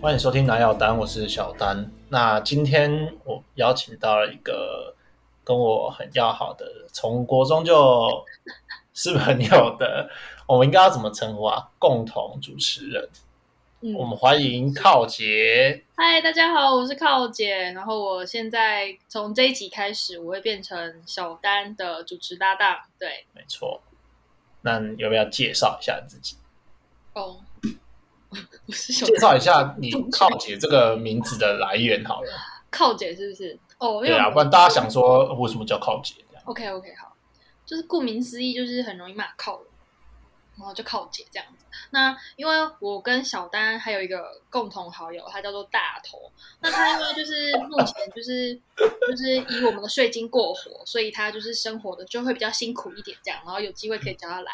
欢迎收听蓝药丹，我是小丹。那今天我邀请到了一个跟我很要好的，从国中就是 朋友的，我们应该要怎么称呼啊？共同主持人，嗯我们欢迎靠杰。嗨，大家好，我是靠姐。然后我现在从这一集开始，我会变成小丹的主持搭档。对，没错，那你有没有介绍一下自己？哦， 我是小介绍一下你靠杰这个名字的来源好了。靠姐，是不是？哦，因对为啊，不然大家想说呃为什么叫靠杰？ OK OK 好，就是顾名思义，就是很容易骂靠人，然后就靠姐这样子。那因为我跟小丹还有一个共同好友，他叫做大头。那他因为就是目前就是就是以我们的税金过活，所以他就是生活的就会比较辛苦一点这样。然后有机会可以叫他来，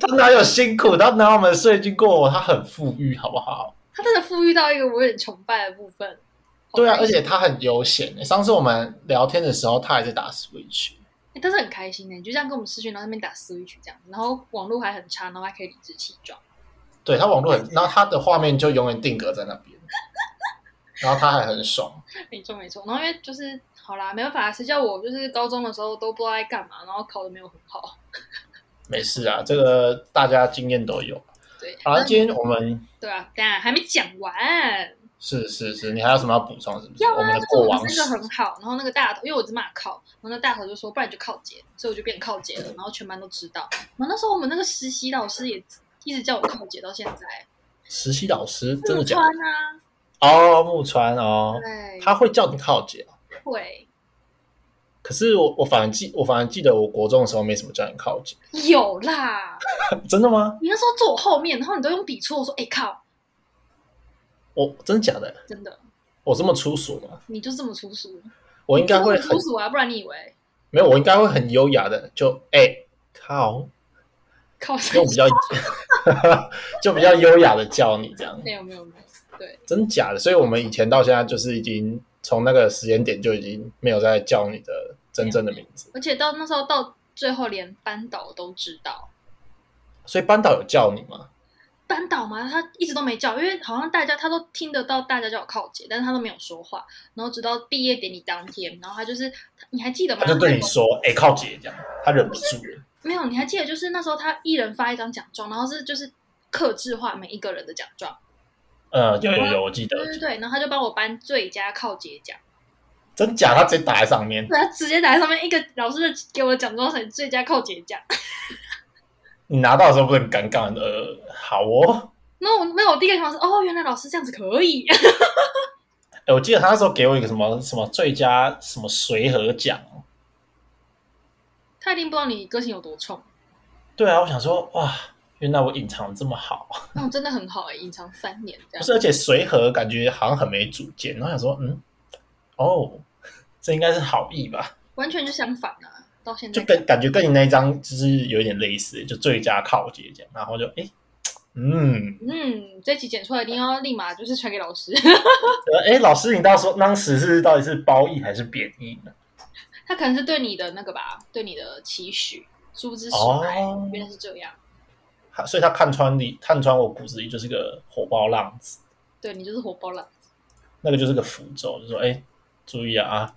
他哪有辛苦？他拿我们税金过活，他很富裕，好不好？他真的富裕到一个我有点崇拜的部分。好对啊，开而心且他很悠闲欸。上次我们聊天的时候，他还在打 Switch。欸但是很开心的、你就这样跟我们私讯，然后那边打私语曲这样，然后网络还很差，然后还可以理直气壮。对他网络很，然后他的画面就永远定格在那 边，然后他还很爽。没错没错，然后因为就是好啦，没办法，谁叫我就是高中的时候都不知道在干嘛，然后考的没有很好。没事啊，这个大家经验都有。对，好，那那今天我们对啊，等一下还没讲完，是是是，你还有什么要补充？是不是？要我啊，们的就是过我往们史三个很好，然后那个大头，因为我只骂靠，然后那大头就说不然你就靠姐，所以我就变靠姐了，然后全班都知道。然后那时候我们那个实习老师也一直叫我靠姐，到现在。实习老师真的假川的？啊，哦，木川哦，对，他会叫你靠姐哦。会可是我我反而记我反而记得我国中的时候没什么叫你靠姐，有啦。真的吗？你那时候坐我后面，然后你都用笔戳我说，哎、靠，我真的假的？真的，我这么粗俗吗？你就这么粗俗，我应该会这么很粗俗啊，不然你以为没有，我应该会很优雅的，就哎、靠，靠谁就比 较就比较优雅的叫你这样，没有没有没有，真假的？所以我们以前到现在就是已经从那个时间点就已经没有再叫你的真正的名字，而且到那时候到最后连班导都知道，所以班导有叫你吗？班导嘛他一直都没叫，因为好像大家他都听得到大家叫我靠姐，但是他都没有说话，然后直到毕业典礼当天，然后他就是你还记得吗？他就对你他说哎、靠姐这样，他忍不住了，没有，你还记得就是那时候他一人发一张奖状，然后是就是克制化每一个人的奖状，呃，有有有，我记得对，对对，然后他就帮我颁最佳靠姐奖。真假他直接打在上面，对，他直接打在上面一个老师的给我的奖状是最佳靠姐奖。 你拿到的时候不是很尴尬的，呃，好哦。那我没有，我第一个想法是哦，原来老师这样子可以。 哎，我记得他那时候给我一个什么什么最佳什么随和奖哦，他一定不知道你个性有多冲。对啊，我想说哇，原来我隐藏得这么好，那我真的很好哎、隐藏三年这不样。是，而且随和感觉好像很没主见，然后想说嗯，哦，这应该是好意吧，完全就相反啊！到现在就跟感觉跟你那一张就是有一点类似，就最佳靠结奖，然后就哎。嗯，嗯，这期剪出来一定要立马就是传给老师， 哎、老师，你到时候当时是到底是褒义还是贬义呢？他可能是对你的那个吧，对你的期许，殊不知是来、哦原来是这样，他所以他看穿你，看穿我骨子里就是个火爆浪子，对你就是火爆了。那个就是个符咒，就说哎、注意啊啊，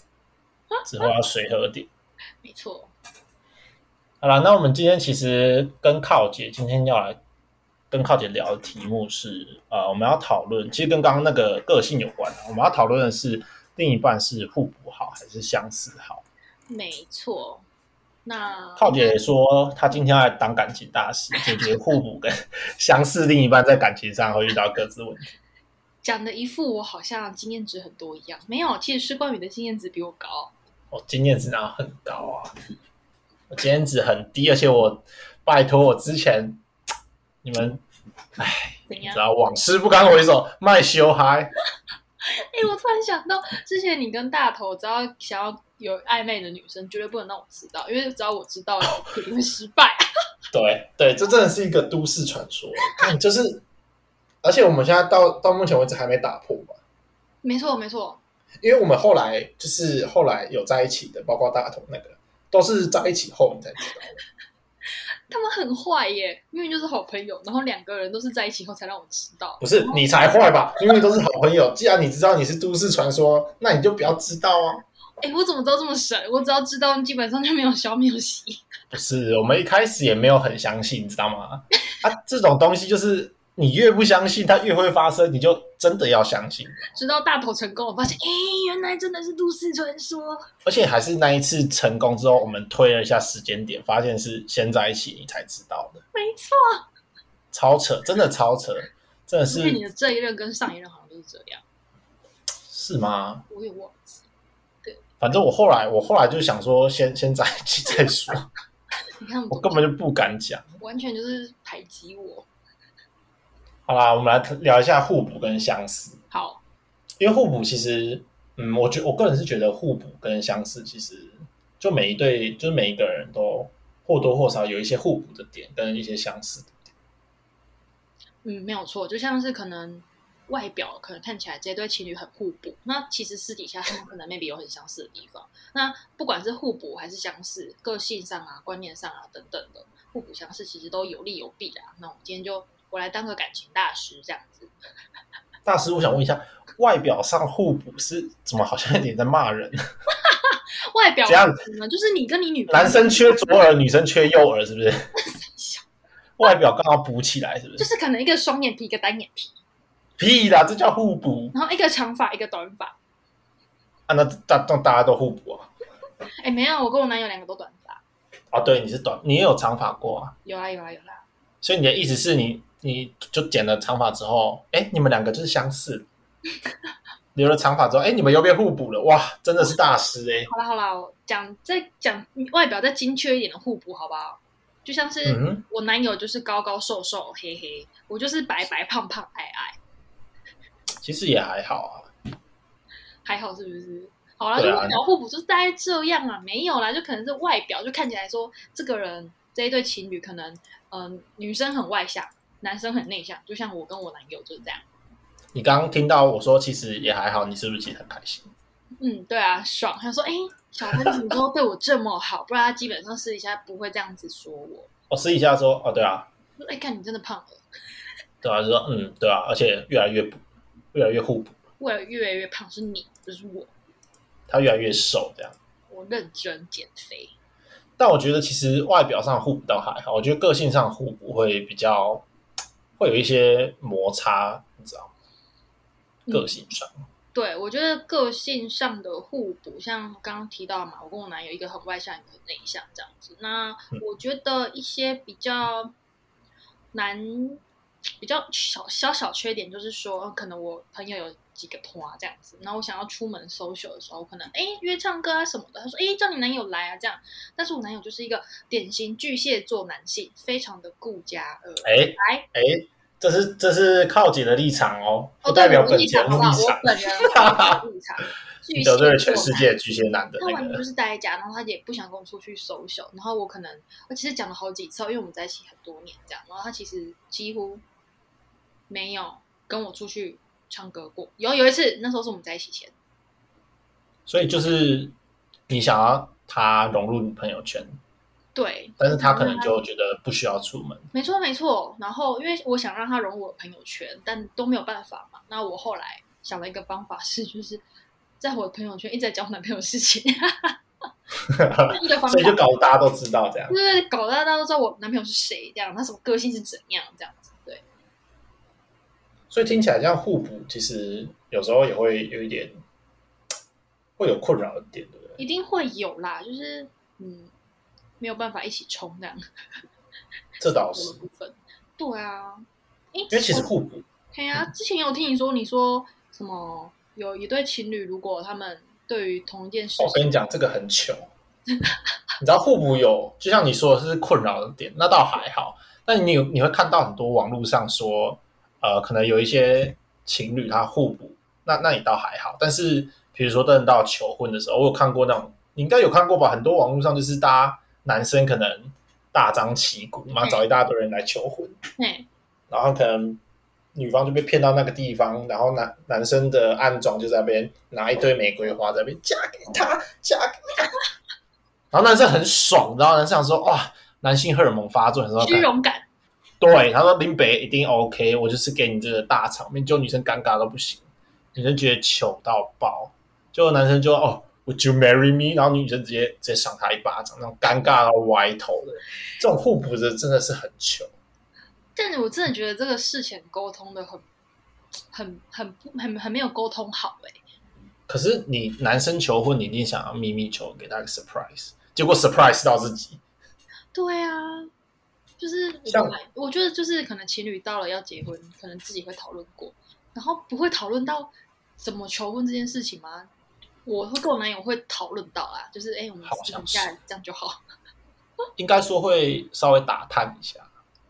之后要随和点。没错，好啦，那我们今天其实跟靠姐今天要来跟靠姐聊的题目是，呃，我们要讨论，其实跟刚刚那个个性有关啊。我们要讨论的是另一半是互补好还是相似好。没错。那靠姐说她今天要来当感情大师，解决互补跟相似另一半在感情上会遇到各自问题。讲的一副我好像经验值很多一样，没有，其实施冠宇的经验值比我高。我哦经验值哪有很高啊？我经验值很低，而且我拜托我之前你们怎你样知？道往事不堪回首，卖羞嗨。哎、我突然想到，之前你跟大头，只要想要有暧昧的女生，绝对不能让我知道，因为只要我知道，肯定会失败。对对，这真的是一个都市传说，看就是，而且我们现在到到目前为止还没打破嘛，没错，没错，因为我们后来就是后来有在一起的，包括大同那个，都是在一起后你才知道。他们很坏耶，明明就是好朋友，然后两个人都是在一起后才让我知道。不是你才坏吧？因为都是好朋友，既然你知道你是都市传说，那你就不要知道啊。哎，我怎么知道这么神？我只要知道，基本上就没有消没有息。不是，我们一开始也没有很相信，你知道吗？啊，这种东西就是你越不相信，它越会发生，你就真的要相信。直到大头成功，我发现，哎，原来真的是都市传说。而且还是那一次成功之后，我们推了一下时间点，发现是先在一起，你才知道的，没错，超扯，真的超扯，真的因为你是的这一任跟上一任好像都是这样，是吗？我也忘记。反正我后来，我后来就想说先，先在一起再说，你看我我根本就不敢讲。完全就是排挤我。好啦，我们来聊一下互补跟相似，好，因为互补其实，嗯，我觉我个人是觉得互补跟相似，其实就每一对，就是每一个人都或多或少有一些互补的点跟一些相似的点。嗯，没有错，就像是可能外表可能看起来这对情侣很互补，那其实私底下 他们可能 maybe 有很相似的地方。那不管是互补还是相似，个性上啊、观念上啊等等的，互补相似其实都有利有弊啦。那我们今天就我来当个感情大师这样子。大师，我想问一下，外表上互补是怎么？好像有点在骂人，外表这样可能就是你跟你女朋友男生缺左耳，女生缺右耳，是不是？小外表刚好补起来，是不？就是是可能一个双眼皮，一个单眼皮，屁啦，这叫互补然后一个长发，一个短发。啊！那大那大家都互补啊！哎，没有，我跟我男友两个都短发。啊，对，你是短，你也有长发过啊，有啦有啦有啦，所以你的意思是你你就剪了长发之后，哎，你们两个就是相似，留了长发之后，哎，你们又变互补了，哇，真的是大师哎、好啦好啦，我讲再讲外表再精确一点的互补好不好？就像是嗯哼我男友就是高高瘦瘦黑黑，我就是白白胖胖矮矮，其实也还好啊，还好是不是？好啦，就对啊外表互补就是大概这样啊，没有啦，就可能是外表就看起来说这个人这一对情侣可能嗯、呃女生很外向，男生很内向，就像我跟我男友就是这样。你刚刚听到我说其实也还好，你是不是其实很开心？嗯，对啊，爽。他说：“哎、小潘怎么都对我这么好？不然他基本上私底下不会这样子说我。我私底下说，哦，对啊，说哎，看你真的胖了，对啊，就说嗯，对啊，而且越来越补，越来越互补，为了越来越胖是你，不是我。他越来越瘦这样。我认真减肥。但我觉得其实外表上互补倒还好，我觉得个性上互补会比较会有一些摩擦，你知道吗？嗯个性上，对，我觉得个性上的互补，像刚刚提到嘛，我跟我男友一个很外向，一个很内向这样子。那嗯我觉得一些比较难、比较小小小缺点，就是说，呃可能我朋友有几个团啊这样子，然后我想要出门 social 的时候，可能哎约唱歌啊什么的，他说哎叫你男友来啊这样，但是我男友就是一个典型巨蟹座男性，非常的顾家呃。哎来哎，这是这是靠姐的立场哦，哦，不对，代表我的本立节场好目不立好？我场。本 人的立场，巨你蟹得罪座了全世界巨蟹男的他那完全个就是待在家，然后他也不想跟我出去 social，然后我可能我其实讲了好几次哦，因为我们在一起很多年这样，然后他其实几乎没有跟我出去唱歌过，有有一次那时候是我们在一起前，所以就是你想要他融入你朋友圈，对，但是他可嗯能就觉得不需要出门， 没错没错，然后因为我想让他融入我的朋友圈，但都没有办法嘛，那我后来想了一个方法是，就是在我的朋友圈一直在讲我男朋友的事情， 这个方所以就法。搞得大家都知道这样就。是搞得大家都知道我男朋友是谁，这样他什么个性是怎样，这样子，对。所以听起来这样互补，其实有时候也会有一点会有困扰的点，对不对？一定会有啦，就是嗯，没有办法一起冲浪这倒这是个，部分。对啊，因因为其实互补，对啊，之前有听你说，你说什么有一对情侣，如果他们对于同一件事情，我跟你讲，这个很糗。 你知道互补有，就像你说的是困扰的点，那倒还好。但你有你会看到很多网络上说，呃，可能有一些情侣他互补，那那你倒还好。但是比如说等到求婚的时候，我有看过那种，你应该有看过吧？很多网络上就是大家男生可能大张旗鼓嘛，嗯找一大堆人来求婚，嘿，然后可能女方就被骗到那个地方，然后男男生的暗装就在那边拿一堆玫瑰花在那边嫁给他，嫁给他。然后男生很爽，然后男生想说哇，男性荷尔蒙发作的时候，虚荣感，对，他说林北一定 OK，我就是给你这个大场面，就女生尴尬到不行，女生觉得糗到爆，就男生就哦，Would you marry me？然后女生直接直接赏他一巴掌，那种尴尬到歪头的，这种互补的真的是很糗。但我真的觉得这个事前沟通的很、很、很不、很、很没有沟通好哎、可是你男生求婚，你一定想要秘密求，给他个 surprise，结果 surprise 到自己，对啊，就是我像本来我觉得就是可能情侣到了要结婚，可能自己会讨论过，然后不会讨论到怎么求婚这件事情吗？我会跟我男友会讨论到啊，就是哎、我们好私像底下这样就好。应该说会稍微打探一下，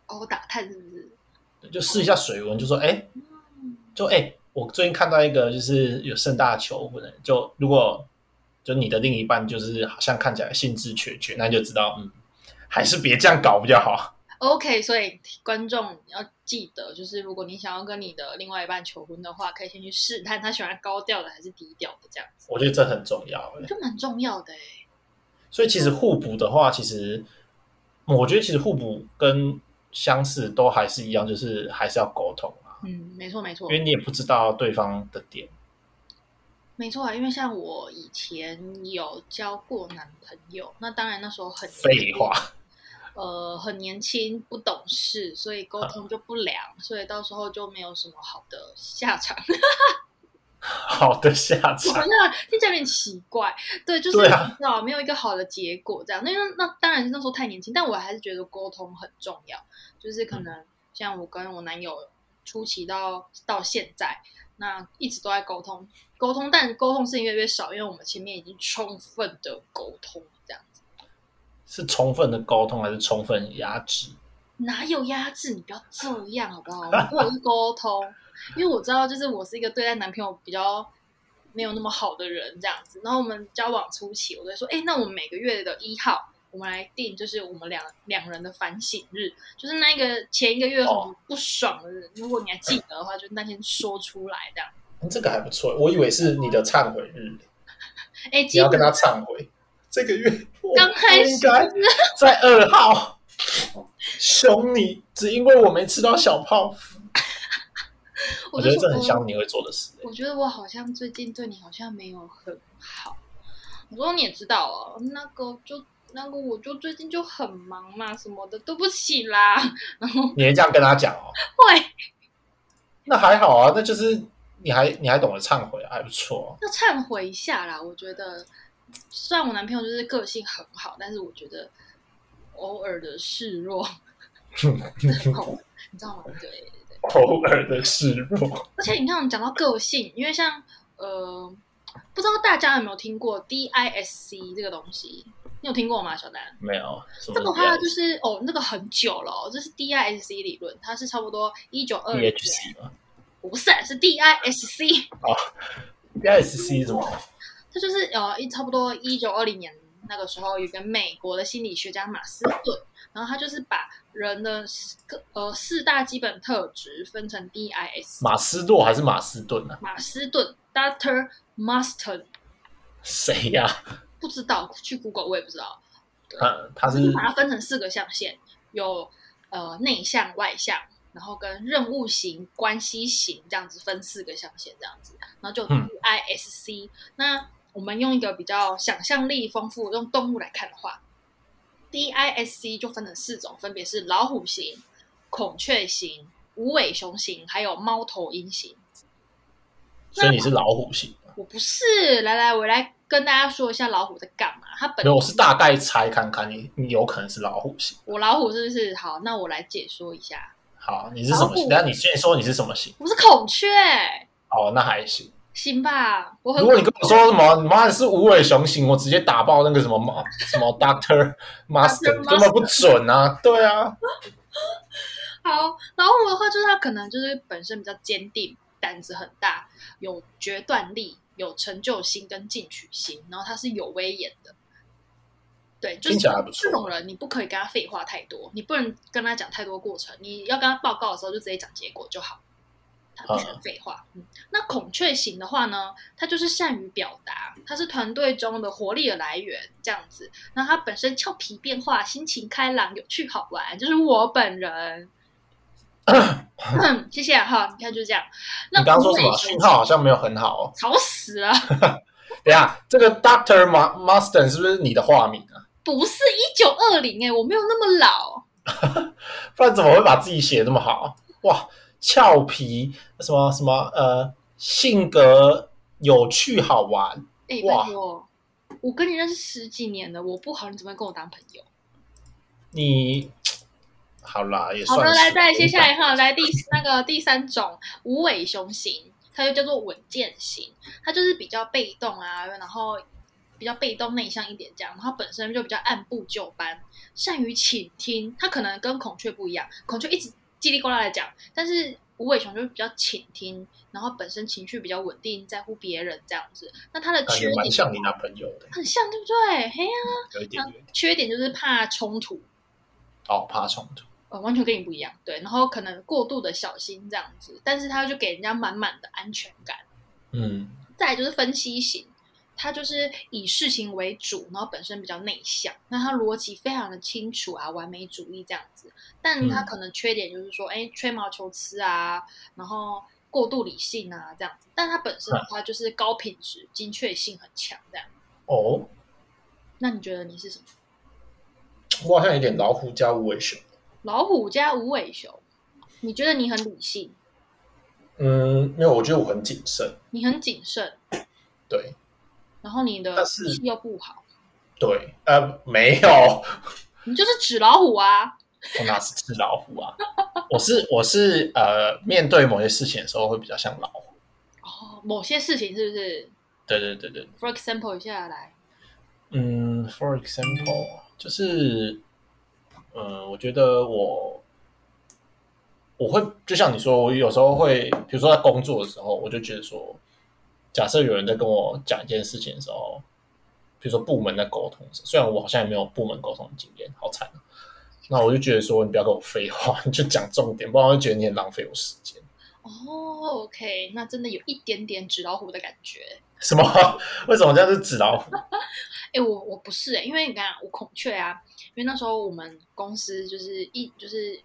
哦，我打探是不是？就试一下水温，就说哎、嗯，就哎、欸我最近看到一个就是有盛大的求婚，就如果就你的另一半就是好像看起来兴致缺缺，那你就知道嗯，还是别这样搞比较好。 OK，所以观众要记得，就是如果你想要跟你的另外一半求婚的话，可以先去试探他喜欢高调的还是低调的这样子，我觉得这很重要欸。就蛮重要的哎、所以其实互补的话，其实我觉得其实互补跟相似都还是一样，就是还是要沟通啊，嗯，没错没错因，为你也不知道对方的点。 没错啊。因为像我以前有交过男朋友，那当然那时候很年废轻话，呃，很年轻不懂事，所以沟通就不良，所以到时候就没有什么好的下场。好的下好场，像听起来有点奇怪，对，就是对你啊知道没有一个好的结果这样。那因为那当然是那时候太年轻，但我还是觉得沟通很重要。就是嗯可能像我跟我男友初期到到现在，那一直都在沟通沟通，但沟通事情越来越少，因为我们前面已经充分的沟通这样子，是充分的沟通还是充分压制？哪有压制？你不要这样好不好？我们都有去沟通，因为我知道，就是我是一个对待男朋友比较没有那么好的人这样子。然后我们交往初期，我就说，哎，那我们每个月的一号，我们来定，就是我们两两人的反省日，就是那个前一个月有什么不爽的日，如果你还记得的话，就那天说出来这样。嗯这个还不错，我以为是你的忏悔日。哎，你基要本跟他忏悔。这个月我刚开始应该在二号凶你，只因为我没吃到小泡芙。我我觉就得说嗯这很像你会做的事、我觉得我好像最近对你好像没有很好。我说你也知道哦，那个就那个我就最近就很忙嘛，什么的，对不起啦。 然后你还这样跟他讲哦，会那还好啊，那就是你还你还懂得忏悔，啊还不错、要忏悔一下啦。我觉得，虽然我男朋友就是个性很好，但是我觉得偶尔的示弱很好玩，你知道吗？对，偶尔的示弱，而且你看，我们讲到个性，因为像呃，不知道大家有没有听过 DISC 这个东西，你有听过吗，小丹？没有什这个么话就是哦，那个很久了、哦，这是 DISC 理论，它是差不多一九二零年， DHC 嘛不是是 DISC， ，DHC 是什么？ 它就是呃一差不多一九二零年那个时候，有个美国的心理学家马斯顿，然后他就是把人的四个呃四大基本特质分成 DIS，马斯洛还是马斯顿啊？马斯顿 Doctor Marston 谁呀、不知道去 Google 我也不知道，他啊他就是是把它分成四个象限，有呃内向、外向，然后跟任务型、关系型这样子分四个象限这样子，然后就嗯 DISC、那我们用一个比较想象力丰富，用动物来看的话，DISC 就分成四种，分别是老虎型、孔雀型、无尾熊型，还有猫头鹰型。所以你是老虎型，我不是，来来，我来跟大家说一下老虎在干嘛。它本没有，我是大概猜看看你你有可能是老虎型。我老虎是不是？好，那我来解说一下。好，你是什么老型？虎那你先说你是什么型？我是孔雀，哦，那还行。行吧？我很如果你跟我说什么，你妈的是无尾熊型，我直接打爆那个什么猫什么 Doctor Master， Master 根本不准啊！对啊，好，然后我的话就是他可能就是本身比较坚定，胆子很大，有决断力，有成就心跟进取心，然后他是有威严的。对，就是听起来还不错这种人，你不可以跟他废话太多，你不能跟他讲太多过程，你要跟他报告的时候就直接讲结果就好。他不喜啊欢废话。嗯，那孔雀型的话呢，他就是善于表达，他是团队中的活力的来源，这样子。那他本身俏皮变化，心情开朗，有趣好玩，就是我本人。嗯，谢谢哈，你看就是这样。那你刚刚说什狐么？狸型讯号好像没有很好哦。吵死了，等一下，这个 Doctor Ma Marston 是不是你的化名啊？不是一九二零哎，我没有那么老。不然怎么会把自己写那么好？哇，俏皮，什么什么呃，性格有趣好玩，哎，哇拜托，我跟你认识十几年了，我不好，你怎么会跟我当朋友？你好啦，也好算的，来是再接下来哈，来第那个第三种无尾熊型，它就叫做稳健型，它就是比较被动啊，然后比较被动内向一点这样，然后本身就比较按部就班，善于倾听。它可能跟孔雀不一样，孔雀一直叽里呱啦的讲，但是无尾熊就是比较倾听，然后本身情绪比较稳定，在乎别人这样子。那它的感觉缺点蛮像你男朋友的，很像，对不对？嘿呀、有一点点缺点就是怕冲突，哦，怕冲突。呃，完全跟你不一样，对，然后可能过度的小心这样子，但是他就给人家满满的安全感。嗯，再来就是分析型，他就是以事情为主，然后本身比较内向，那他逻辑非常的清楚啊，完美主义这样子，但他嗯可能缺点就是说，哎、吹毛求疵啊，然后过度理性啊这样子，但他本身的话就是高品质、精确性很强这样。哦，那你觉得你是什么？我好像有点老虎加无尾熊。老虎加无尾熊？你觉得你很理性，嗯，因为我觉得我很谨慎，你很谨慎，对然后你的但是脾气又不好，对，呃，没有，我你就是纸老虎啊！哪是只老虎啊？我是我是呃，面对某些事情的时候会比较像老虎。哦，某些事情是不是对对对对， ？For example，一下来，嗯，for example，就是，嗯，我觉得我我会就像你说，我有时候会，比如说在工作的时候，我就觉得说，假设有人在跟我讲一件事情的时候，比如说部门在沟通的时候，虽然我好像也没有部门沟通的经验，好惨啊那我就觉得说，你不要跟我废话，你就讲重点，不然我就觉得你很浪费我时间。哦，OK，那真的有一点点纸老虎的感觉。什么？为什么这样是纸老虎？哎，我我不是哎、因为你看我孔雀啊，因为那时候我们公司就是一就是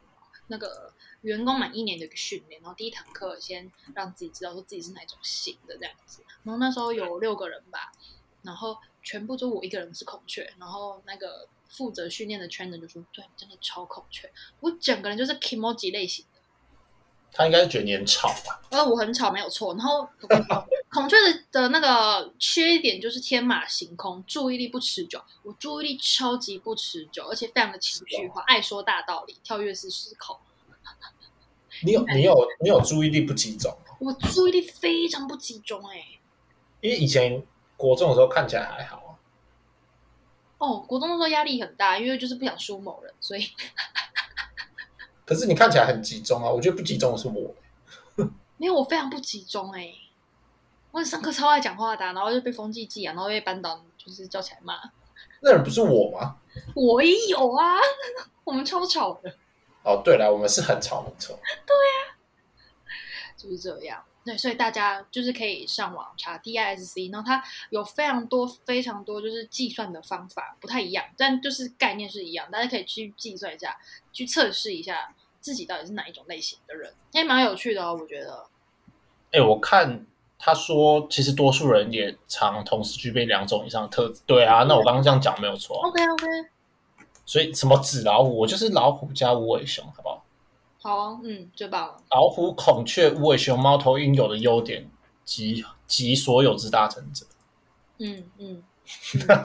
那个员工满一年的一个训练，然后第一堂课先让自己知道说自己是哪种型的这样子，然后那时候有六个人吧，然后全部就我一个人是孔雀，然后那个负责训练的 trainer 就说，对，你真的超孔雀，我整个人就是 k i m o j i 类型的。他应该是觉得你很吵吧？呃，我很吵没有错。然后我跟你说孔 雀的的那个缺点就是天马行空，注意力不持久。我注意力超级不持久，而且非常的情绪化，爱说大道理，跳跃式思考。你有你有你有注意力不集中。我注意力非常不集中哎、因为以前国中的时候看起来还好啊，哦，国中的时候压力很大，因为就是不想输某人，所以可是你看起来很集中啊。我觉得不集中的是我，没有我非常不集中哎、我上课超爱讲话的啊、然后就被风纪记啊，然后被班导就是叫起来骂。那人不是我吗？我也有啊， 我们超吵的。哦，对了，我们是很吵很吵。就是这样。对，所以大家就是可以上网查 DISC，然后它有非常多非常多就是计算的方法不太一样，但就是概念是一样，大家可以去计算一下，去测试一下自己到底是哪一种类型的人，也蛮有趣的哦，我觉得。哎、我看他说，其实多数人也常同时具备两种以上的特质。对啊，那我刚刚这样讲没有错啊、 OK OK，所以什么纸老虎，我就是老虎加无尾熊，好不好？好哦、嗯，最棒了。老虎、孔雀、无尾熊、猫头鹰有的优点集集所有之大成者。嗯 嗯，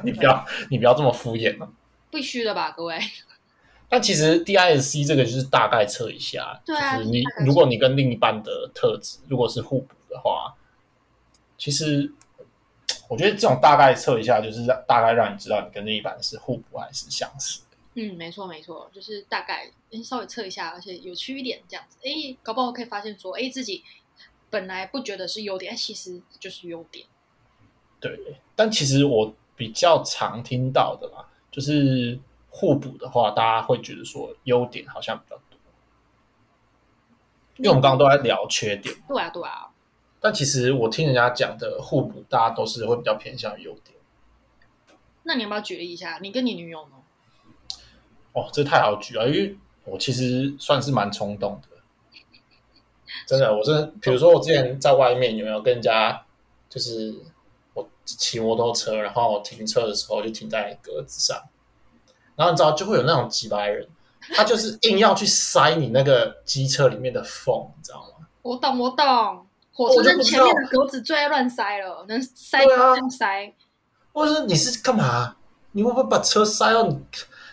你不要你不要这么敷衍啊。必须的吧，各位。但其实 DISC 这个就是大概测一下，对啊就是你大概测如果你跟另一半的特质如果是互补的话，其实我觉得这种大概测一下，就是让大概让你知道你跟另一半是互补还是相似。嗯，没错没错，就是大概诶稍微测一下，而且有趣一点这样子。哎，搞不好可以发现说，哎，自己本来不觉得是优点，诶其实就是优点。对，但其实我比较常听到的啦，就是互补的话，大家会觉得说优点好像比较多。因为我们刚刚都在聊缺点，对啊，对啊，但其实我听人家讲的互补，大家都是会比较偏向于优点。那你要不要举例一下？你跟你女友呢？哦，这太好举了，因为我其实算是蛮冲动的，真的，我真的，比如说我之前在外面有没有跟人家，就是我骑摩托车，然后停车的时候就停在格子上，然后你知道就会有那种几百人，他就是硬要去塞你那个机车里面的缝，你知道吗？我懂，我懂。火哦我就车站不知前道面的格子最爱乱塞了，能塞就对啊这样塞。或者是你是干嘛？你会不会把车塞到你？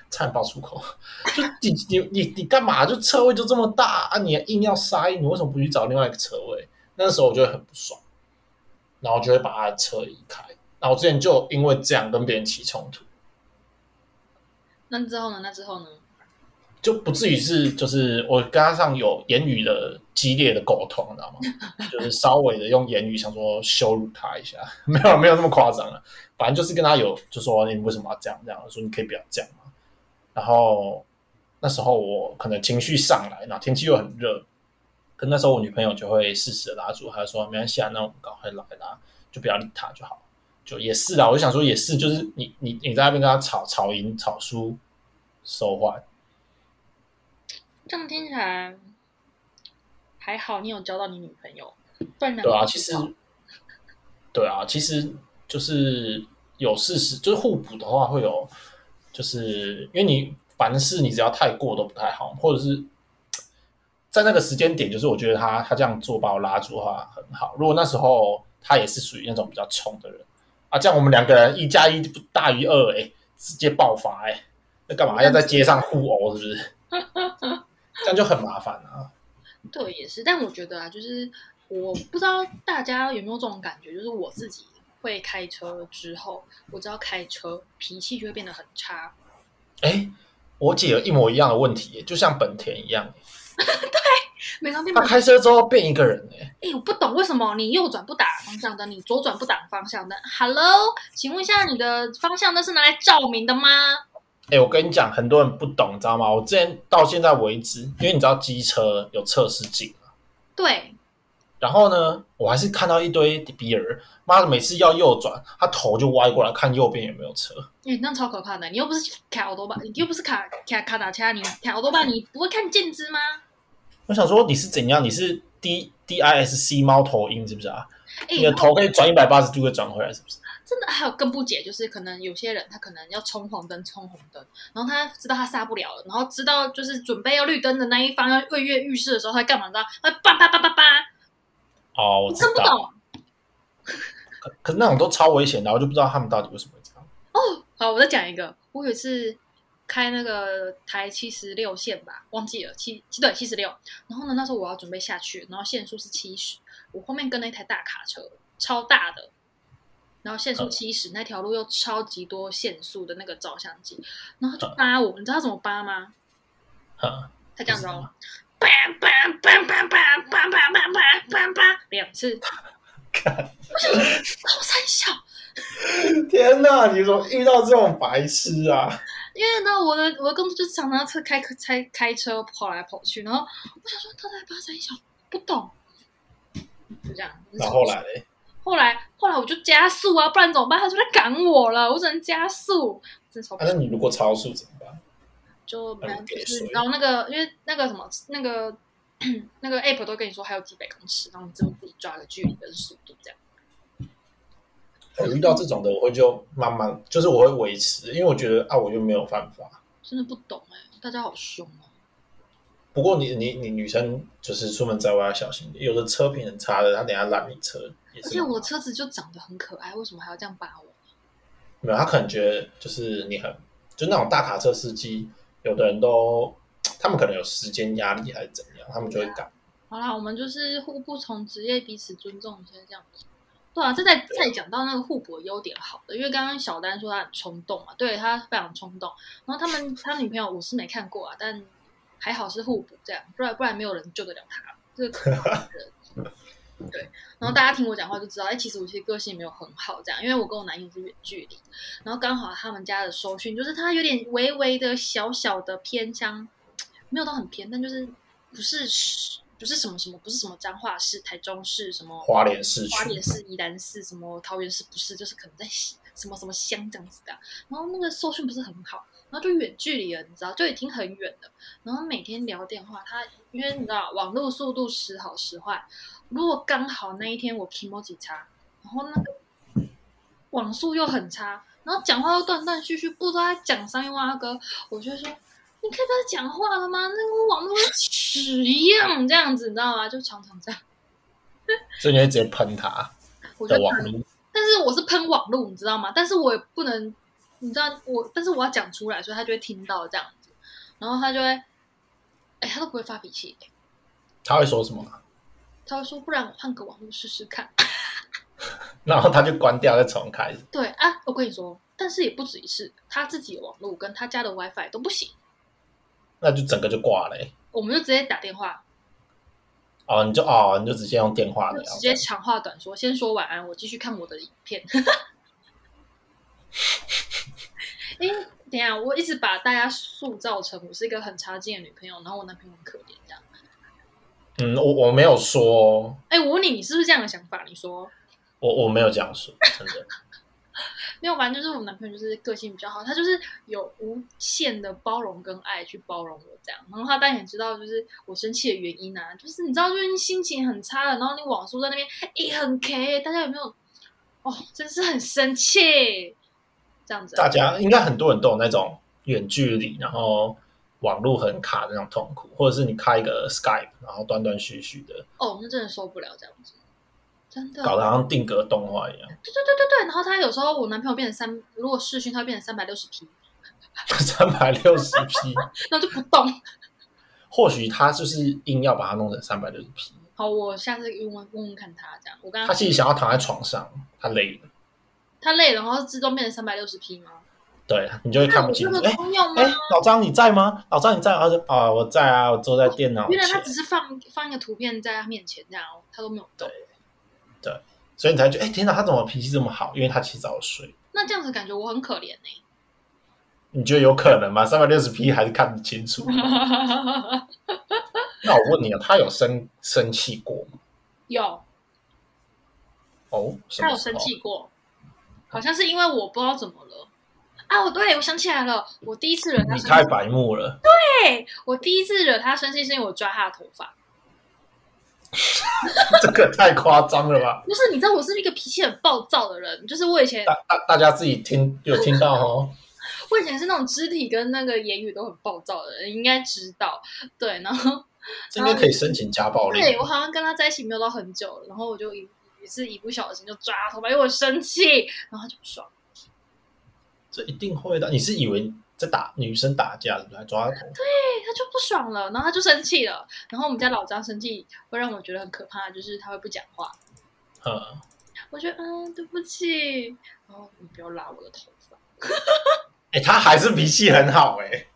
差点爆粗口！ 就你你你你干嘛？就车位就这么大啊，你硬要塞，你为什么不去找另外一个车位？那时候我就会很不爽，然后就会把他的车移开。然后我之前就因为这样跟别人起冲突，那之后呢？那之后呢？就不至于是就是我跟他上有言语的激烈的沟通，你知道吗？ 就是稍微的用言语想说羞辱他一下， 没有没有那么夸张了，啊反正就是跟他有就说你为什么要这样这样，我说你可以不要这样嘛。然后那时候我可能情绪上来，然后天气又很热，可那时候我女朋友就会适时的拉住，她就说没关系啊，那我们赶快来啦，就不要理他就好。就也是啦，我就想说也是，就是你你你在那边跟他吵吵赢吵输，收坏。这样听起来还好，你有交到你女朋友，不然哪对啊，会其知实道，对啊，其实就是有事实，就是互补的话会有，就是因为你凡事你只要太过都不太好，或者是在那个时间点，就是我觉得他他这样做把我拉住的话很好。如果那时候他也是属于那种比较冲的人啊，这样我们两个人一加一不大于二，哎，直接爆发哎、那干嗯嘛要在街上互殴是不 是？这样就很麻烦啊。对也是。但我觉得啊，就是我不知道大家有没有这种感觉，就是我自己会开车之后，我只要开车，脾气就会变得很差。哎，我姐有一模一样的问题耶，就像本田一样耶。每张变他得开车之后变一个人哎、哎、我不懂为什么你右转不打方向灯，你左转不打方向灯。Hello，请问一下，你的方向灯是拿来照明的吗？哎、我跟你讲，很多人不懂，你知道吗？我之前到现在为止，因为你知道机车有测试镜嘛，对，然后呢，我还是看到一堆比尔，妈的，每次要右转，他头就歪过来看右边有没有车。哎、那超可怕的。你又不是卡欧多巴，你又不是卡卡卡达恰，你卡欧多巴，你不会看见知吗？我想说你是怎样？你是 D D I S C 猫头鹰是不是啊？哎、你的头可以转一百八十度，可以转回来是不是？真的还有更不解，就是可能有些人他可能要冲红灯，冲红灯，然后他知道他刹不了了，然后知道就是准备要绿灯的那一方要跃跃欲试的时候，他干嘛？你知道？他叭叭叭叭叭，哦，我我知真不道，懂。可可是那种都超危险的，我就不知道他们到底为什么会这样。好，我再讲一个，我有一次开那个台七十六线吧，忘记了七对七十六。然后呢，那时候我要准备下去，然后限速是七十，我后面跟了一台大卡车，超大的，然后限速嗯七十、那条路又超级多限速的那个照相机，然嗯后他就扒我，你知道他怎么扒吗？ 哼，他这样子不知哦，叭叭叭叭叭叭叭叭叭叭两次，看，我想说好三小。天哪！你怎么遇到这种白痴啊？因为呢，我的我的工作就是常常车开开开车跑来跑去，然后我想说他在八三小不懂，就这样。然后后来嘞，后来后来我就加速啊，不然怎么办？他就在赶我了，我只能加速，真超不但是啊你如果超速怎么办？就没有很给就是水然后那个因为那个什么那个那个 app 都跟你说还有几百公尺，然后你只有自己抓个距离跟速度这样。我遇到这种的，我会就慢慢，就是我会维持，因为我觉得啊，我就没有犯法。真的不懂哎、大家好凶哦、不过你你你女生就是出门在外要小心，有的车品很差的，他等一下拦你车也而是且我的车子就长得很可爱，为什么还要这样扒我？没有，他可能觉得就是你很就那种大卡车司机，有的人都他们可能有时间压力还是怎样，他们就会赶。好啦，我们就是互不同职业，彼此尊重一下这样子。对啊，这再再讲到那个互补的优点好了，因为刚刚小丹说他很冲动嘛，对他非常冲动。然后他们他女朋友我是没看过啊，但还好是互补这样，不然不然没有人救得了他。这个可怕的人对，然后大家听我讲话就知道，哎、其实我其实个性没有很好这样，因为我跟我男友是远距离，然后刚好他们家的收讯就是他有点微微的小小的偏乡，没有到很偏，但就是不是不是什么什么，不是什么彰化市、台中市什么花莲市花区莲市、宜兰市什么桃园市，不是就是可能在什么什么乡这样子的啊、然后那个受训不是很好，然后就远距离了，你知道，就已经很远了。然后每天聊电话，他因为你知道网络速度时好时坏，如果刚好那一天我 k i m o j i 差，然后那个网速又很差，然后讲话又断断续续，不知道在讲三哇哥，我就说。你可以不要讲话了吗？那个网络跟屎一样，这样子你知道吗？就常常这样，所以你会直接喷他我就的看网络。但是我是喷网路，你知道吗？但是我也不能，你知道我，但是我要讲出来，所以他就会听到这样子，然后他就会，哎，他都不会发脾气，他会说什么啊？他会说，不然我换个网路试试看。然后他就关掉，再重开。对啊，我跟你说，但是也不止一次，他自己的网路跟他家的 WiFi 都不行，那就整个就挂了欸、我们就直接打电话，哦，你就哦，你就直接用电话就聊，直接长话短说，先说晚安，我继续看我的影片。 因为等一下，我一直把大家塑造成我是一个很差劲的女朋友，然后我男朋友很可怜这样。嗯，我我没有说哦，哎、我问你，你是不是这样的想法？你说我我没有这样说，真 的。没有，反正就是我男朋友就是个性比较好，他就是有无限的包容跟爱去包容我这样。然后他当然也知道就是我生气的原因啊，就是你知道，就是你心情很差了，然后你网速在那边也、很 K，大家有没有？哦，真是很生气，这样子啊、大家应该很多人都有那种远距离，然后网络很卡的那种痛苦，或者是你开一个 Skype，然后断断续续的，哦，那真的受不了这样子，真的。搞得好像定格动画一样， 对对对对对，然后他有时候我男朋友变成三，如果视讯他会变成三百六十 P，三百六十 P。 那就不动。或许他就是硬要把它弄成三百六十 P，好，我下次问问问看他这样。我刚他刚其实想要躺在床上，他累了，他累了，然后自动变成三百六十 P 吗？对你就会看那不我这清个楚。哎通用吗哎？，老张你在吗？老张你在吗？他说啊我在啊，我坐在电脑哦原来他只前，是放放一个图片在他面前这样，哦他都没有动。所以你才觉得哎天哪，他怎么脾气这么好？因为他起早睡。那这样子感觉我很可怜欸呢、你觉得有可能吗？三百六十嗯 P 还是看不清楚。那我问你啊，他有生生气过吗？ 有，哦，什他么有时生候？气过，好像是因为我不知道怎么了。啊，我对我想起来了，我第一次惹他你生太气，白目了， 对我第一次惹他生气是因为我抓他的头发。这个太夸张了吧？就是你知道我是一个脾气很暴躁的人，就是我以前大大大家自己听有听到 哦，我以前是那种肢体跟那个言语都很暴躁的人，应该知道。对，然后这应该可以申请家暴令。对我好像跟他在一起没有到很久，然后我就一也是一不小心就抓他头发，因为我生气，然后他就不爽。这一定会的。你是以为在打女生打架，对不对？还抓头发，对，他就不爽了，然后他就生气了。然后我们家老张生气会让我觉得很可怕，就是他会不讲话。嗯，我觉得嗯，对不起，然后你不要拉我的头发，哎、他还是脾气很好、哎，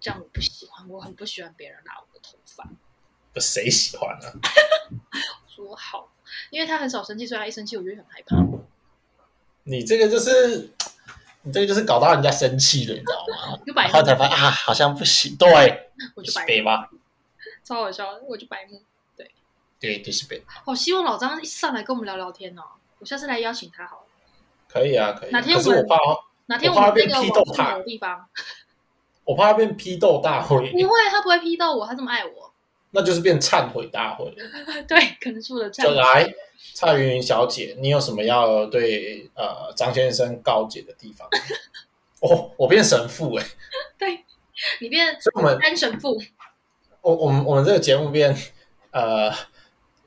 这样我不喜欢，我很不喜欢别人拉我的头发。谁喜欢啊？说好，因为他很少生气，所以他一生气我就会很害怕。你这个就是，你这个就是搞到人家生气了，你知道吗？就白然目后才发现啊，好像不行，对，我就就是白背目，吧，超好笑的，我就白目。对，就是背，好希望老张一上来跟我们聊聊天哦，我下次来邀请他好了。可以啊，可以啊。哪天可是我我们怕哦，哪天我们怕那被个批网斗络怕的地方， 我怕他变批斗大会，不会，他不会批斗我，他这么爱我。 那就是变忏悔大会。对，可能是我的战就。啊来，蔡云云小姐，你有什么要对呃张先生告解的地方？哦，我变神父哎、对，你变所以我们单神父，我我们我们这个节目变呃，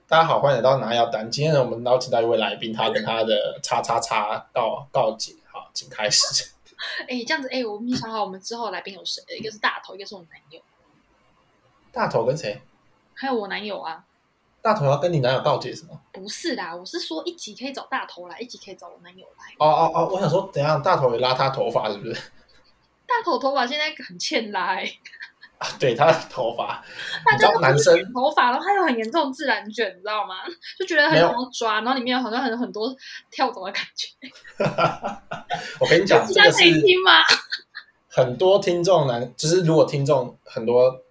大家好，欢迎来到拿药单。今天呢，我们邀请到一位来宾，他跟他的叉叉叉告告解，好，请开始。哎，这样子，哎，我们想好我们之后来宾有谁？一个是大头，一个是我男友，大头跟谁？还有我男友啊。大头要跟你男友告解什么？不是啦，我是说一集可以找大头来，一集可以找我男友来。哦哦哦，我想说，等一下大头也拉他头发是不是？大头头发现在很欠拉、欸，啊，对，他的头发，大你知家道都男是生卷头发，然后它有很严重的自然卷，你知道吗？就觉得很没有想要抓，然后里面好像很很多跳蚤的感觉。我跟你讲，这大家个可以是听吗？ 很多听众男，就是如果听众很多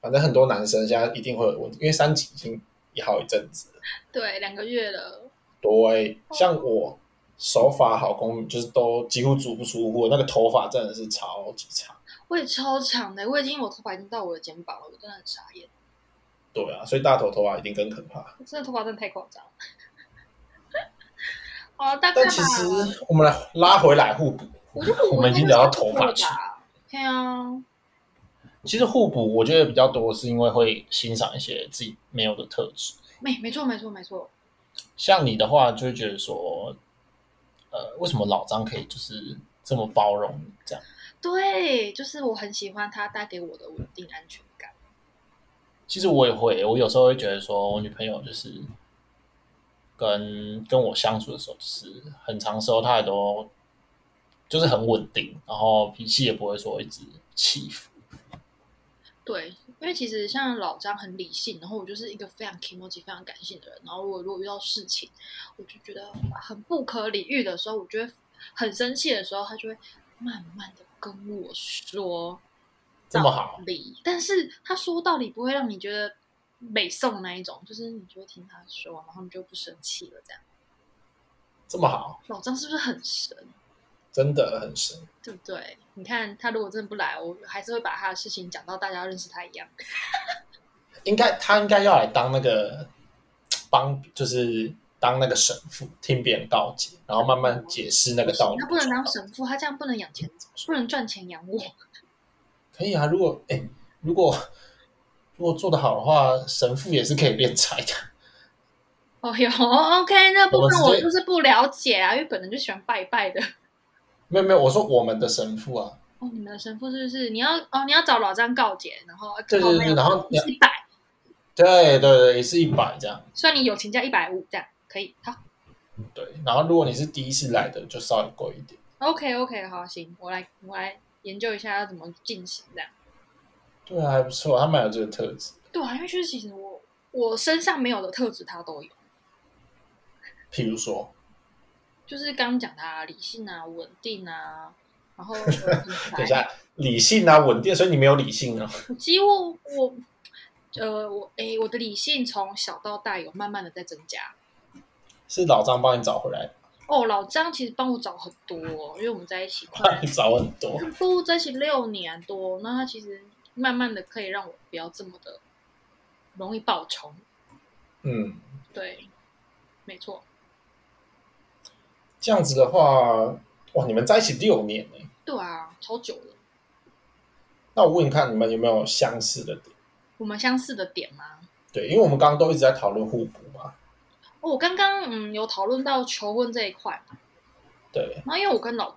反正很多男生现在一定会有问题，因为三级已经也好一阵子了。对，两个月了，对，像我手法好功就是都几乎足不出户，那个头发真的是超级长。我也超长的，我已经我头发已经到我的肩膀了，我真的很傻眼，对啊，所以大头头发一定更可怕。我真的头发真的太夸张了。 好了，大概但吧。其实我们来拉回来互补，我就不我们已经聊到头发去。对啊，其实互补我觉得比较多是因为会欣赏一些自己没有的特质。没没错没错没错，像你的话，就会觉得说，呃，为什么老张可以就是这么包容你这样？对，就是我很喜欢它带给我的稳定安全感。其实我也会，我有时候会觉得说我女朋友就是跟跟我相处的时候，就是很长时候她也都就是很稳定，然后脾气也不会说一直起伏。对，因为其实像老张很理性，然后我就是一个非常 emoji、非常感性的人，然后我如果遇到事情，我就觉得很不可理喻的时候，我就会很生气的时候，他就会慢慢的跟我说这么好道理，但是他说道理不会让你觉得美颂那一种，就是你就会听他说，然后你就不生气了这样。这么好，老张是不是很神？真的很神。对不对？你看他如果真的不来，我还是会把他的事情讲到大家认识他一样。应该他应该要来当那个帮，就是当那个神父，听别人告解，然后慢慢解释那个道理。他不能当神父，他这样不能养钱，不能赚钱养我。可以啊，如果哎、如果如果做得好的话，神父也是可以练财的。哦哟，OK，那部分我我们是就是不了解啊，因为本人就喜欢拜拜的。没有没有，我说我们的神父啊，哦，你们的神父是不是？你要哦，你要找老张告解，然后对对对然后你要一百，对对对，也是一百这样。算你友情价一百五，这样可以好。对，然后如果你是第一次来的，就稍微贵一点。 OK OK，好，行，我来我来研究一下要怎么进行这样。对啊，还不错，他蛮有这个特质，对啊，因为就是其实我我身上没有的特质他都有。譬如说，就是刚刚讲的、啊、理性啊、稳定啊，然 后等等一，下理性啊，稳定，所以你没有理性啊。 我几乎我呃我诶，我的理性从小到大有慢慢的在增加。是老张帮你找回来，哦，老张其实帮我找很多哦、因为我们在一起快帮你 找很多。不多在一起六年多，那他其实慢慢的可以让我不要这么的容易爆冲。嗯，对，没错，这样子的话，哇，你们在一起六年呢。对啊，超久了。那我问你看，你们有没有相似的点？我们相似的点吗？对，因为我们刚刚都一直在讨论互补嘛。哦，我刚刚嗯有讨论到求婚这一块，对，然后因为我跟老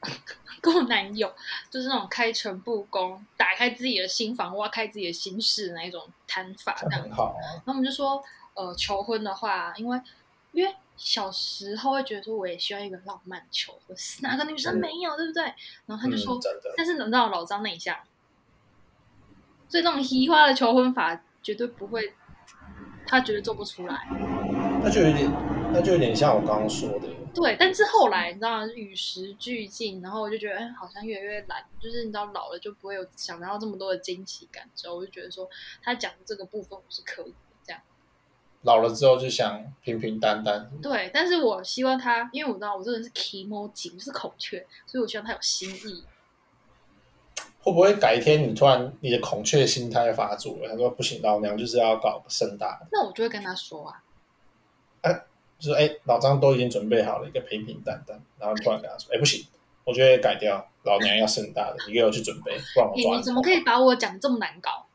跟我男友就是那种开诚布公，打开自己的心房，挖开自己的心事那一种谈法这这样样很。好啊。然后我们就说，呃，求婚的话，因为因为小时候会觉得说，我也需要一个浪漫求婚，哪个女生没有，对不对？然后他就说，嗯、真的，但是等到老张那一下，所以那种移花的求婚法绝对不会，他绝对做不出来。那就有点，那就有点像我刚刚说的，对，但是后来你知道与时俱进，然后我就觉得，哎，好像越来越懒，就是你知道老了就不会有想到这么多的惊喜感，之后我就觉得说他讲的这个部分我是可以的，这样老了之后就想平平淡淡。对。但是我希望他，因为我知道我这个人是 emoji，就是孔雀，所以我希望他有新意。会不会改天你突然你的孔雀心态发作了？他说不行，老娘就是要搞个盛大的，那我就会跟他说啊，就是哎，老张都已经准备好了一个平平淡淡，然后你突然跟他说，哎，不行，我觉得改掉，老娘要盛大的，你给我去准备，不然我你抓哎你怎么可以把我讲得这么难搞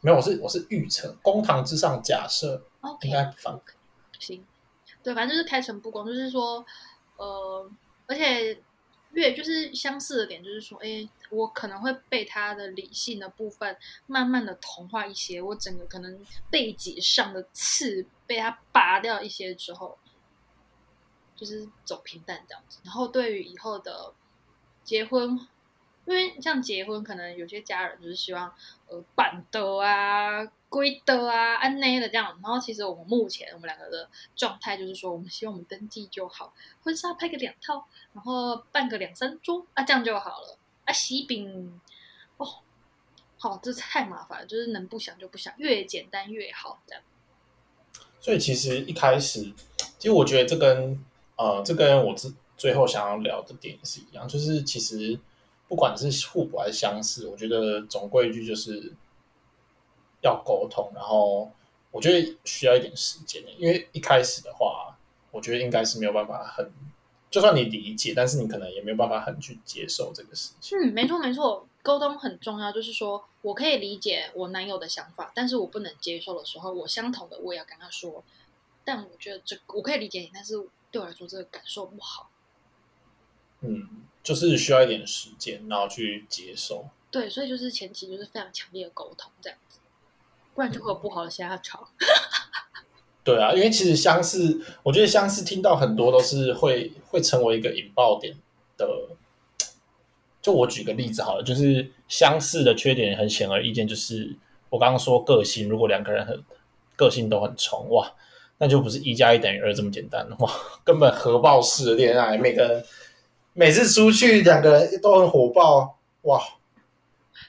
没有，我是我是预测，公堂之上假设？OK，应该不放开。行，对，反正就是开诚布公，就是说，呃，而且越就是相似的点，就是说，哎，我可能会被他的理性的部分慢慢的同化一些，我整个可能背脊上的刺被他拔掉一些之后，就是走平淡这样子。然后对于以后的结婚，因为像结婚，可能有些家人就是希望呃板的啊、规的啊、安内的这样。然后其实我们目前我们两个的状态就是说，我们希望我们登记就好，婚纱拍个两套，然后办个两三桌啊，这样就好了。啊，喜饼哦，好、这太麻烦了，就是能不想就不想，越简单越好，这样。所以其实一开始，其实我觉得这跟呃，这跟我之最后想要聊的点是一样，就是其实不管是互补还是相似，我觉得总归一句就是要沟通，然后我觉得需要一点时间，欸因为一开始的话，我觉得应该是没有办法很，就算你理解，但是你可能也没有办法很去接受这个事情。嗯，没错没错，沟通很重要。就是说我可以理解我男友的想法，但是我不能接受的时候，我相同的我也要跟他说。但我觉得这我可以理解你，但是对我来说这个感受不好。嗯，就是需要一点时间，然后去接受。对，所以就是前期就是非常强烈的沟通这样子，不然就会有不好的下场。对啊，因为其实相似，我觉得相似听到很多都是会会成为一个引爆点的。就我举个例子好了，就是相似的缺点很显而易见，就是我刚刚说个性，如果两个人很个性都很冲，哇，那就不是一加一等于二这么简单，哇，根本核爆式的恋爱，每个人每次出去两个人都很火爆，哇，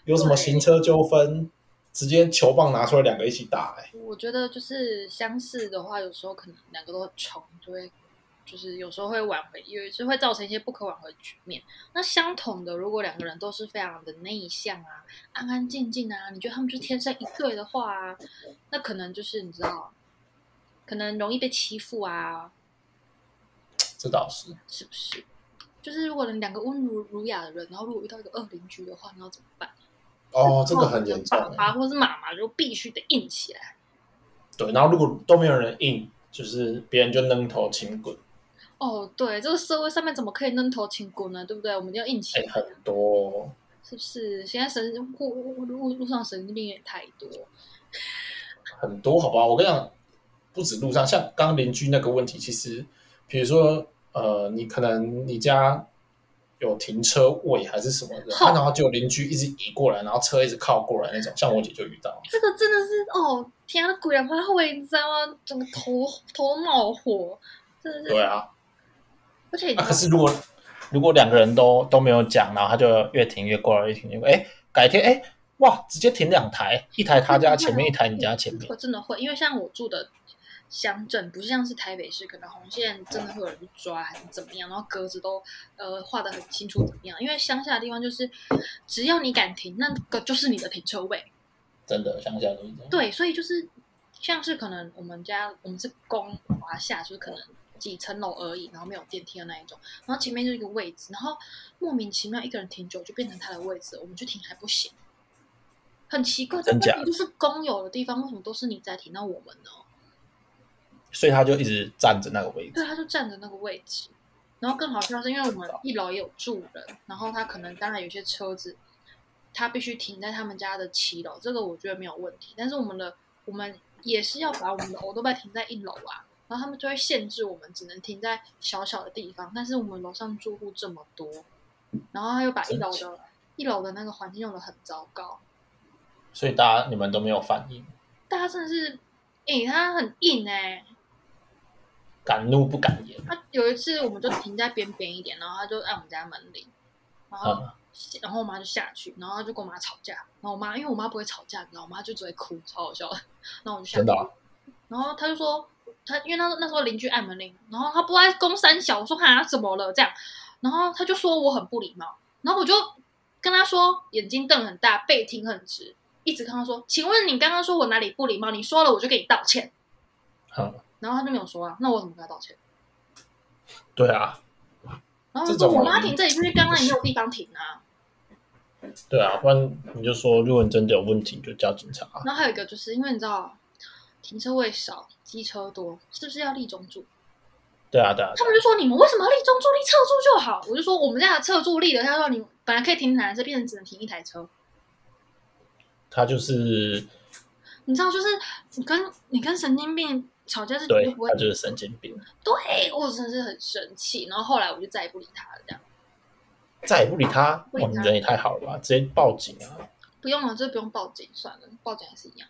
有什么行车纠纷，直接球棒拿出来两个一起打、欸，我觉得就是相似的话，有时候可能两个都很冲，就会就是有时候会挽回，有时候会造成一些不可挽回的局面。那相同的，如果两个人都是非常的内向啊、安安静静啊，你觉得他们就是天生一对的话啊，那可能就是你知道，可能容易被欺负啊，这倒是。是不是？就是如果两个温柔儒雅的人，然后如果遇到一个恶邻居的话，你要怎么办？哦，这个很严重爸。爸或是妈妈就必须得硬起来。对，然后如果都没有人应，就是别人就扔头轻滚，哦，对，这个社会上面怎么可以扔头轻滚呢？对不对？我们一定要硬起哎、来，很多。是不是？现在神经路路路路上神经病也太多。很多，好不好？我跟你讲，不止路上，像刚刚邻居那个问题，其实比如说，呃，你可能你家有停车位还是什么的，哼啊然后就有邻居一直移过来，然后车一直靠过来那种，像我姐就遇到，这个真的是哦，天啊，鬼啊，他会你知道吗？整个头头冒火，真的是。对啊，而且你知那、道可是如果如果两个人都都没有讲，然后他就越停越过来，越停越过来，哎，改天哎，哇，直接停两台，一台他家前面，一台你家前面，会真的会，因为像我住的乡镇，不是像是台北市，可能红线真的会有人去抓还是怎么样，然后格子都呃画的很清楚怎么样。因为乡下的地方就是，只要你敢停，那个就是你的停车位。真的乡下都是这样。对，所以就是像是可能我们家我们是公华夏，就是可能几层楼而已，然后没有电梯的那一种，然后前面就是一个位置，然后莫名其妙一个人停久就变成他的位置，我们去停还不行，很奇怪。这啊真问假题就是公有的地方为什么都是你在停，那我们呢？所以他就一直站着那个位置。对，他就站着那个位置。然后更好笑的是，因为我们一楼也有住人，然后他可能当然有些车子，他必须停在他们家的七楼，这个我觉得没有问题。但是我们的我们也是要把我们的欧多拜停在一楼啊，然后他们就会限制我们只能停在小小的地方。但是我们楼上住户这么多，然后他又把一楼真的一楼的那个环境用的很糟糕，所以大家你们都没有反应，大家真的是，诶、他很硬哎、敢怒不敢言。他有一次我们就停在边边一点，然后他就按我们家门铃，然后、嗯然后我妈就下去，然后他就跟我妈吵架，然后我妈因为我妈不会吵架，你知道吗，我妈就只会哭，超好笑的。然后我就下去，真的啊然后他就说他因为那那时候邻居按门铃，然后他不爱公三小，我说哈怎么了这样，然后他就说我很不礼貌，然后我就跟他说眼睛瞪很大，背挺很直，一直跟他说，请问你刚刚说我哪里不礼貌？你说了我就给你道歉，嗯，然后他就没有说啊，那我怎么跟他道歉？对啊，然后这说种啊嗯啊我妈停这里就是刚刚你没有地方停啊。对啊，不然你就说，如果你真的有问题，你就叫警察。然后还有一个就是因为你知道停车位少，机车多，是不是要立中柱？对啊，对啊，他们就说你们为什么要立中柱？立侧柱就好。我就说我们家的侧柱立了，他说你本来可以停两台车，变成只能停一台车。他就是你知道，就是你跟你跟神经病吵架是绝对对不会他就是神经病，对，我真的是很生气。然后后来我就再也不理他了，这样再也不理他，不理哇，他你人也太好了吧，直接报警啊！不用了，这不用报警算了，报警还是一样。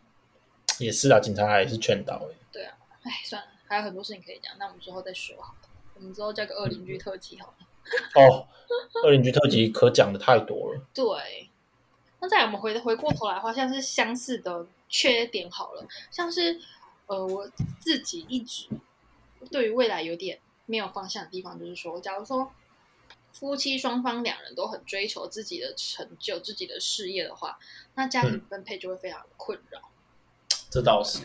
也是啊，警察也是劝导欸哎，算了，还有很多事情可以讲，那我们之后再说好了。我们之后叫个二邻居特辑好了。哦，二邻居特辑可讲的太多了，对，那再来我们回回过头来的话，像是相似的缺点好了，像是呃我自己一直对于未来有点没有方向的地方，就是说，假如说夫妻双方两人都很追求自己的成就、自己的事业的话，那家庭分配就会非常困扰。这倒是，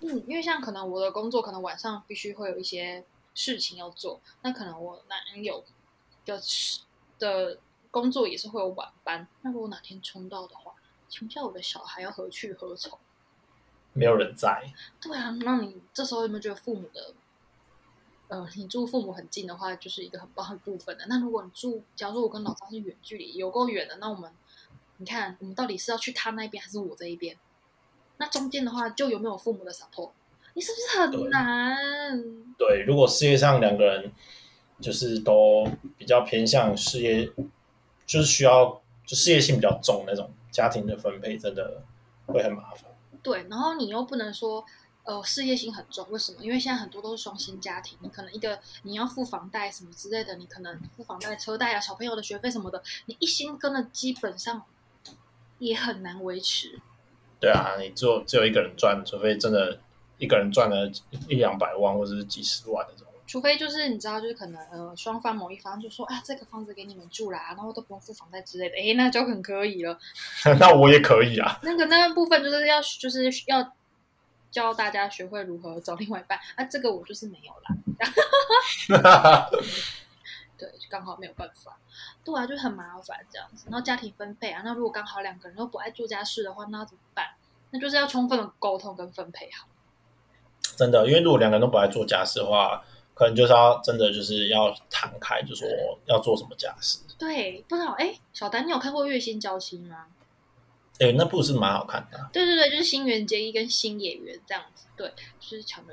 嗯，因为像可能我的工作，可能晚上必须会有一些事情要做，那可能我男友的的工作也是会有晚班，那如果哪天冲到的话，请问一下我的小孩要何去何从？没有人在，对啊，那你这时候有没有觉得父母的，呃，你住父母很近的话，就是一个很棒的部分的。那如果你住，假如说我跟老张是远距离，有够远的，那我们，你看我们到底是要去他那边还是我这一边？那中间的话，就有没有父母的 support？你是不是很对难？对，如果事业上两个人就是都比较偏向事业，就是需要就事业性比较重那种，家庭的分配真的会很麻烦。对，然后你又不能说，呃，事业心很重，为什么？因为现在很多都是双薪家庭，你可能一个你要付房贷什么之类的，你可能付房贷、车贷啊、小朋友的学费什么的，你一心跟了，基本上也很难维持。对啊，你只有只有一个人赚，除非真的一个人赚了一两百万或者是几十万那种。 除非就是你知道，就是可能呃双方某一方就说啊这个房子给你们住啦，然后都不用付房贷之类的，诶，那就很可以了。那我也可以啊， 那个那个部分就是要就是要教大家学会如何找另外一半啊，这个我就是没有啦。对，就刚好没有办法，对啊，就很麻烦这样子。然后家庭分配啊，那如果刚好两个人都不爱做家事的话，那要怎么办？那就是要充分的沟通跟分配好。真的，因为如果两个人都不爱做家事的话，可能就是要真的就是要摊开，就说要做什么家事。对，不知道哎，小丹，你有看过《月薪娇妻》吗？哎，那部是蛮好看的啊、对对对，就是新垣结衣跟新演员这样子，对，就是抢了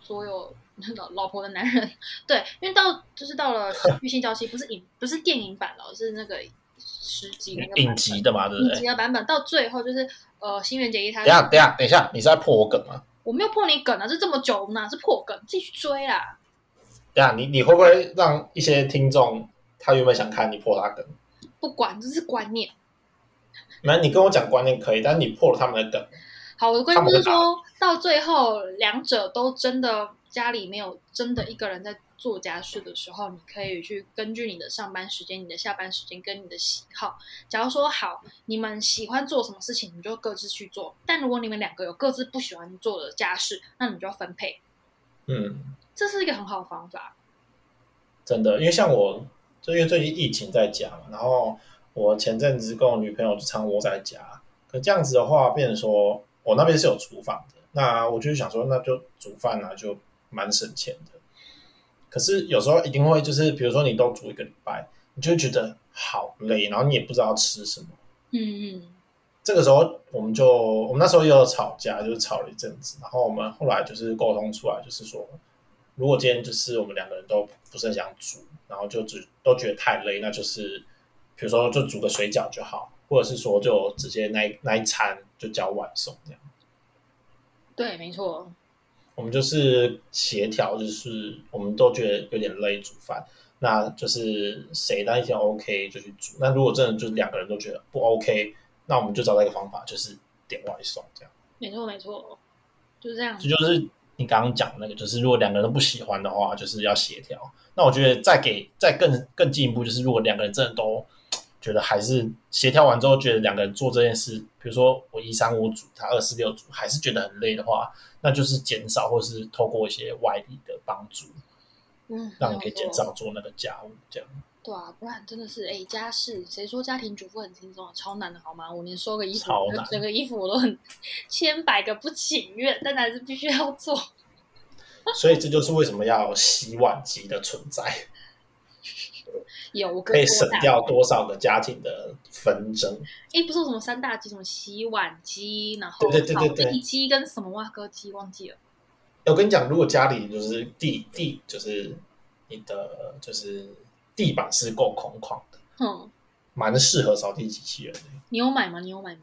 所有老老婆的男人，对，因为到就是到了《月薪娇妻》，不是影不是电影版了，是那个十集那个版影本集的嘛，对不影对？集的版本，到最后就是呃新垣结衣她等一下，等一下，等一下，你是在破我梗吗？我没有破你梗啊，这这么久，我哪是破梗？自己去追啦。等一下，你你会不会让一些听众他原本想看你破他梗？不管，这是观念。没有，你跟我讲观念可以，但是你破了他们的梗，好，我的观念就是说到最后，两者都真的家里没有真的一个人在做家事的时候，你可以去根据你的上班时间、你的下班时间跟你的喜好。假如说好，你们喜欢做什么事情，你就各自去做。但如果你们两个有各自不喜欢做的家事，那你就要分配。嗯，这是一个很好的方法。真的，因为像我，就因为最近疫情在家嘛，然后我前阵子跟我女朋友就常窝在家，可这样子的话，变成说我那边是有厨房的，那我就想说，那就煮饭啊，就蛮省钱的。可是有时候一定会就是，比如说你都煮一个礼拜，你就会觉得好累，然后你也不知道吃什么。嗯嗯，这个时候我们就我们那时候也有吵架，就是吵了一阵子，然后我们后来就是沟通出来，就是说，如果今天就是我们两个人都不是很想煮，然后就只都觉得太累，那就是比如说就煮个水饺就好，或者是说就直接那一那一餐就叫外送这样。对，没错。我们就是协调，就是我们都觉得有点累煮饭，那就是谁那一天 OK 就去煮。那如果真的就是两个人都觉得不 OK，那我们就找到一个方法，就是点外送这样。没错，没错，就是这样这。就是你刚刚讲的那个，就是如果两个人都不喜欢的话，就是要协调。那我觉得再给再更更进一步，就是如果两个人真的都觉得还是协调完之后，觉得两个人做这件事，比如说我一三五组，他二四六组，还是觉得很累的话，那就是减少或是透过一些外力的帮助，嗯，让你可以没有减错少做那个家务这样。对啊，不然真的是哎、家事谁说家庭主妇很轻松啊？超难的好吗？我连收个衣服超难，整个衣服我都很千百个不情愿，但还是必须要做。所以这就是为什么要有洗碗机的存在，有我哥可以说省的，掉多少个家庭的纷争。哎、不是有什么三大机，什么洗碗机，然后对对对对对扫地机跟什么挖哥机忘记了。我跟你讲，如果家里就是地地就是你的就是地板是够空旷的，哼，蛮适合扫地机器人的。你有买吗？你有买吗？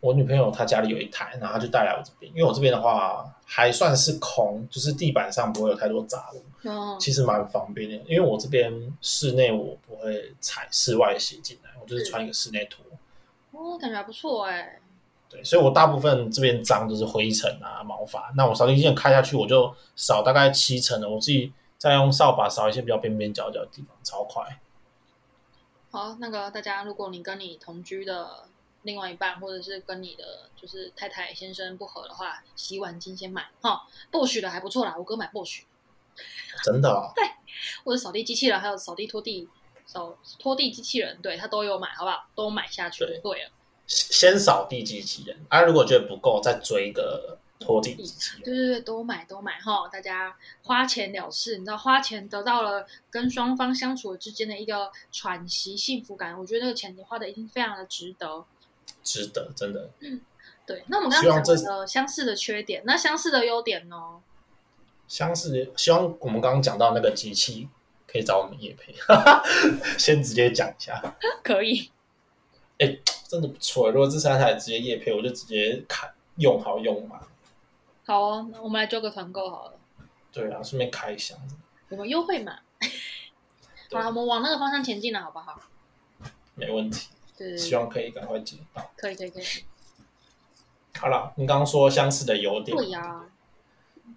我女朋友她家里有一台，然后她就带来我这边，因为我这边的话还算是空，就是地板上不会有太多杂物，嗯，其实蛮方便的。因为我这边室内我不会踩室外鞋进来，我就是穿一个室内拖，哦，感觉还不错哎、对，所以我大部分这边脏就是灰尘啊、毛发。那我扫地机器人开下去，我就扫大概七成了。我自己再用扫把扫一些比较边边角角的地方，超快。好，那个大家，如果你跟你同居的另外一半，或者是跟你的就是太太先生不合的话，洗碗巾先买哈。Bosch 的还不错啦，我哥买 Bosch，真的哦，或者扫地机器人，还有扫地拖地扫拖地机器人，对他都有买，好不好？都买下去就对对了。先扫地机器人，啊，如果觉得不够，再追一个拖地机器人。对对对，多买多买哈，大家花钱了事，你知道花钱得到了跟双方相处之间的一个喘息幸福感，我觉得那个钱你花的一定非常的值得。值得，真的。对，那我们刚希望刚这讲了相似的缺点，那相似的优点呢？相似的，希望我们刚刚讲到那个机器可以找我们叶配， 先直接讲一下，可以，真的不错。欸如果这三台直接叶配，我就直接看用好用嘛。好哦，那我们来做个团购好了，对啊，顺便开一箱。有没有优惠码？好对了，我们往那个方向前进了，好不好？没问题，对对希对，望可以赶快解到。可以可以可以，好了，你刚刚说相似的优点，对呀、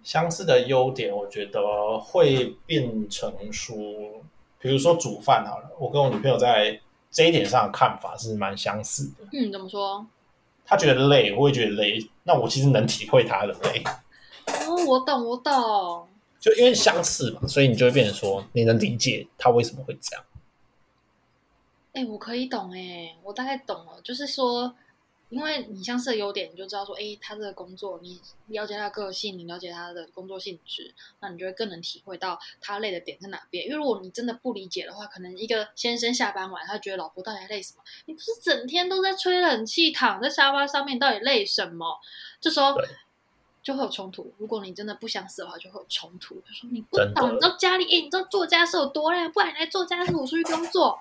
相似的优点，我觉得会变成说，比如说煮饭好了，我跟我女朋友在这一点上的看法是蛮相似的。嗯，怎么说？她觉得累，我也觉得累，那我其实能体会她的累，哦，我懂我懂，就因为相似嘛，所以你就会变成说，你能理解她为什么会这样。哎、我可以懂哎、我大概懂了，就是说，因为你相似的优点，你就知道说，哎、他这个工作，你了解他的个性，你了解他的工作性质，那你就会更能体会到他累的点在哪边。因为如果你真的不理解的话，可能一个先生下班晚，他觉得老婆到底在累什么？你不是整天都在吹冷气，躺在沙发上面，到底累什么？这时候对。就会有冲突。如果你真的不相似的话，就会有冲突。就说你不真的懂，你知道家里，哎、你知道做家事有多累，啊不然你来做家事，我出去工作。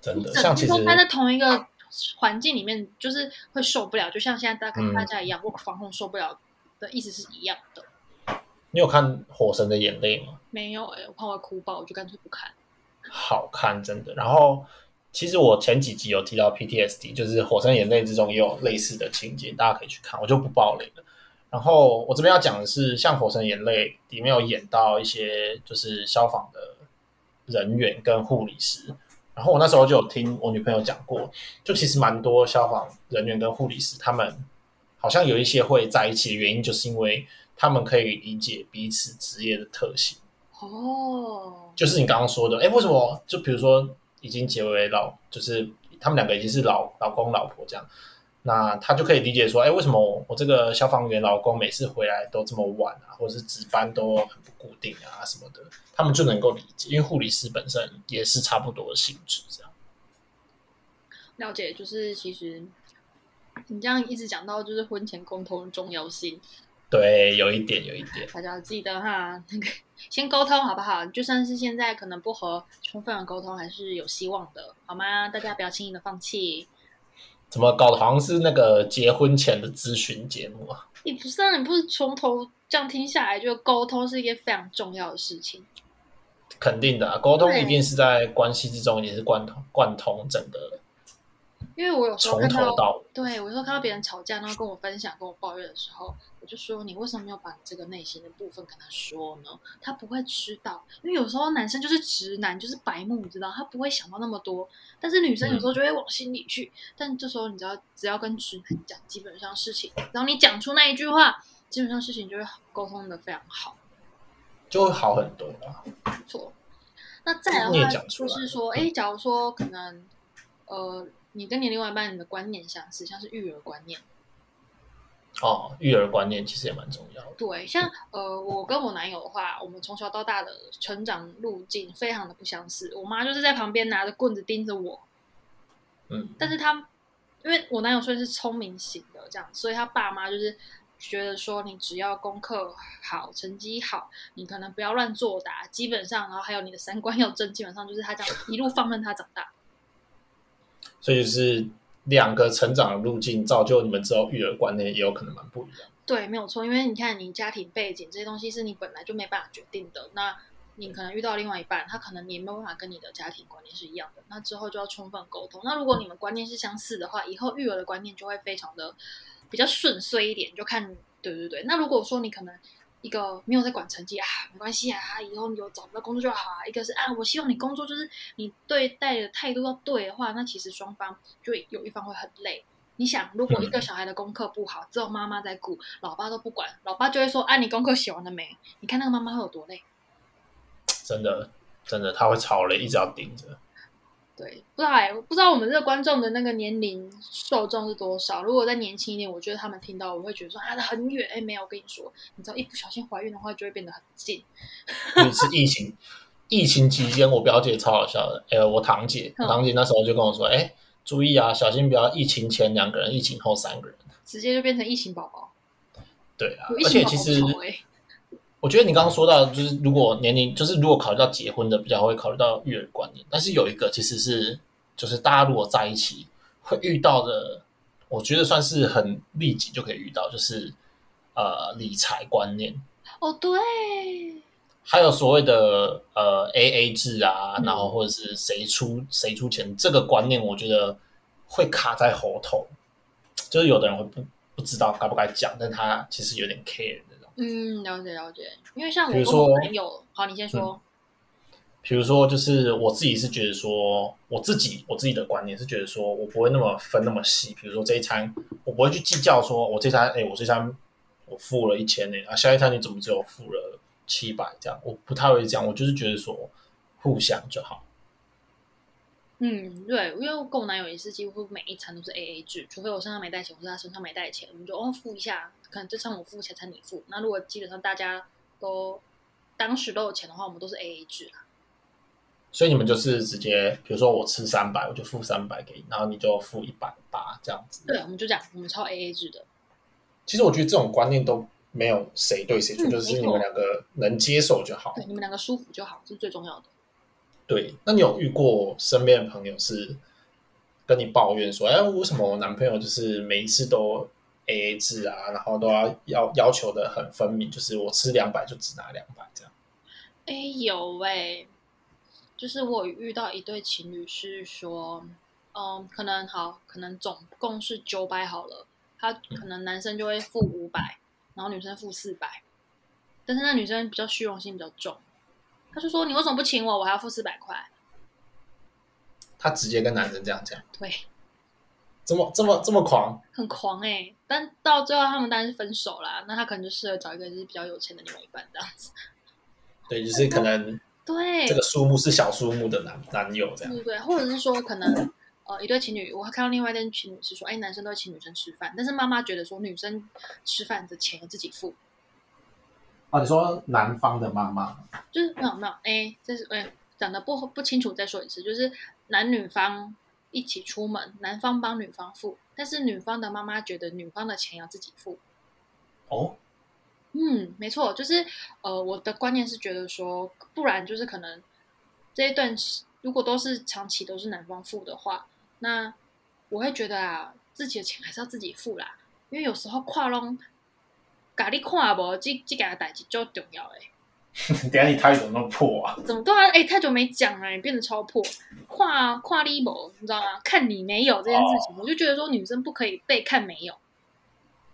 真的，像整其天实都待在同一个环境里面，就是会受不了。就像现在大嗯跟大家一样，我防控受不了的意思是一样的。你有看《火神的眼泪》吗？没有哎、我怕我会哭爆，我就干脆不看。好看，真的。然后其实我前几集有提到 PTSD，就是《火山眼泪》之中也有类似的情节，大家可以去看，我就不爆雷了。然后我这边要讲的是，像《火神眼泪》里面有演到一些就是消防的人员跟护理师，然后我那时候就有听我女朋友讲过，就其实蛮多消防人员跟护理师他们好像有一些会在一起的原因，就是因为他们可以理解彼此职业的特性。哦，就是你刚刚说的，哎，为什么？就比如说已经结为老，就是他们两个已经是老老公老婆这样，那他就可以理解说，哎，为什么我我这个消防员老公每次回来都这么晚啊，或者是值班都很不固定啊什么的，他们就能够理解，因为护理师本身也是差不多的性质这样。了解，就是其实你这样一直讲到就是婚前沟通的重要性，对，有一点，有一点，大家记得哈，那个先沟通好不好？就算是现在可能不和，充分的沟通还是有希望的，好吗？大家不要轻易的放弃。怎么搞的？好像是那个结婚前的咨询节目啊。你不是、啊、你不是从头这样听下来，就沟通是一件非常重要的事情。肯定的啊、沟通对一定是在关系之中，也是贯通贯通整个因为我有时从候看头到，到尾。对我有时候看到别人吵架，然后跟我分享、跟我抱怨的时候，我就说你为什么没有把你这个内心的部分跟他说呢？他不会知道，因为有时候男生就是直男，就是白目，你知道，他不会想到那么多。但是女生嗯有时候就会往心里去，但这时候你知道，只要跟直男讲，基本上事情，然后你讲出那一句话，基本上事情就会沟通的非常好。就会好很多啊啦。不错。那再来的你也话，讲出就来是说，哎，假如说可能，呃，你跟你另外一半你的观念相似，像是育儿观念，哦，育儿观念其实也蛮重要的。对，像呃，我跟我男友的话，我们从小到大的成长路径非常的不相似。我妈就是在旁边拿着棍子盯着我，嗯，但是他因为我男友算是聪明型的这样，所以他爸妈就是觉得说，你只要功课好，成绩好，你可能不要乱作答，基本上，然后还有你的三观要正，基本上就是他这样一路放任他长大。所以就是两个成长的路径造就你们之后育儿观念也有可能蛮不一样。对，没有错，因为你看你家庭背景这些东西是你本来就没办法决定的，那你可能遇到另外一半，他可能也没有办法跟你的家庭观念是一样的，那之后就要充分沟通。那如果你们观念是相似的话，以后育儿的观念就会非常的比较顺遂一点，就看对对对。那如果说你可能一个没有在管成绩啊，没关系啊，以后有找不到工作就好啊；一个是啊，我希望你工作就是你对待的态度要对的话，那其实双方就有一方会很累。你想，如果一个小孩的功课不好，只有妈妈在顾，老爸都不管，老爸就会说：“啊，你功课写完了没？”你看那个妈妈会有多累。真的真的他会超累，一直要盯着。对，不知道哎、不知道我们这个观众的那个年龄受众是多少。如果再年轻一点，我觉得他们听到我会觉得说啊，那很远哎、没有，我跟你说，你知道一不小心怀孕的话，就会变得很近。有一次疫情，疫情期间我表姐超好笑的，呃，我堂姐，嗯我堂姐那时候就跟我说，哎、注意啊，小心不要疫情前两个人，疫情后三个人。直接就变成疫情宝宝。对啊有，疫而情且宝其宝实丑哎、我觉得你刚刚说到，就是如果年龄，就是如果考虑到结婚的，比较会考虑到育儿观念。但是有一个其实是，就是大家如果在一起会遇到的，我觉得算是很立即就可以遇到，就是呃理财观念。哦对，还有所谓的呃 A A 制啊，嗯然后或者是谁出谁出钱这个观念，我觉得会卡在喉头，就是有的人会不不知道该不该讲，但他其实有点 care 那种。嗯，了解了解。因为像我比跟如说我朋友，好，你先说。比如说，就是我自己是觉得说，我自己我自己的观念是觉得说我不会那么分那么细，比如说这一餐我不会去计较说我这餐哎、我这餐我付了一千呢，啊下一餐你怎么只有付了七百这样，我不太会这样，我就是觉得说互相就好。嗯，对，因为我跟我男友也是几乎每一餐都是 A A 制，除非我身上没带钱，或是他身上没带钱，我们就哦付一下，可能这餐我付，下餐你付。那如果基本上大家都当时都有钱的话，我们都是 A A 制啊。所以你们就是直接，比如说我吃三百，我就付三百给你，然后你就付一百八这样子。对，我们就这样，我们超 A A 制的。其实我觉得这种观念都没有谁对谁错，嗯就是没你错们两个能接受就好对，。你们两个舒服就好，这是最重要的。对，那你有遇过身边的朋友是跟你抱怨说，哎，为什么我男朋友就是每一次都 A A 制啊，然后都要要要求的很分明，就是我吃两百就只拿两百这样。哎、有哎、就是我有遇到一对情侣是说，嗯，可能好，可能总共是九百好了，他可能男生就会付五百，然后女生付四百，但是那女生比较虚荣心比较重，他就说你为什么不请我，我还要付四百块？他直接跟男生这样讲，对，这么这么这么狂，很狂哎、但到最后他们当然是分手啦，那他可能就适合找一个就是比较有钱的另外一半这样子。对，就是可能对，这个数目是小数目的男男友这样。对对，或者是说可能呃一对情侣，我看到另外一对情侣是说，哎，男生都会请女生吃饭，但是妈妈觉得说女生吃饭的钱要自己付，啊，你说男方的妈妈，就是没有没有，哎，这是哎讲的不不清楚，再说一次，就是男女方一起出门，男方帮女方付，但是女方的妈妈觉得女方的钱要自己付，哦， 嗯，没错，就是呃，我的观念是觉得说，不然就是可能这一段时如果都是长期都是男方付的话，那我会觉得啊，自己的钱还是要自己付啦，因为有时候跨拢，咖喱跨无，这这个代志就重要诶。等一下你台语怎么那么破啊？怎么对啊？哎、太久没讲了，你变得超破，跨跨立某，你知道吗？看你没有这件事情，我就觉得说女生不可以被看没有，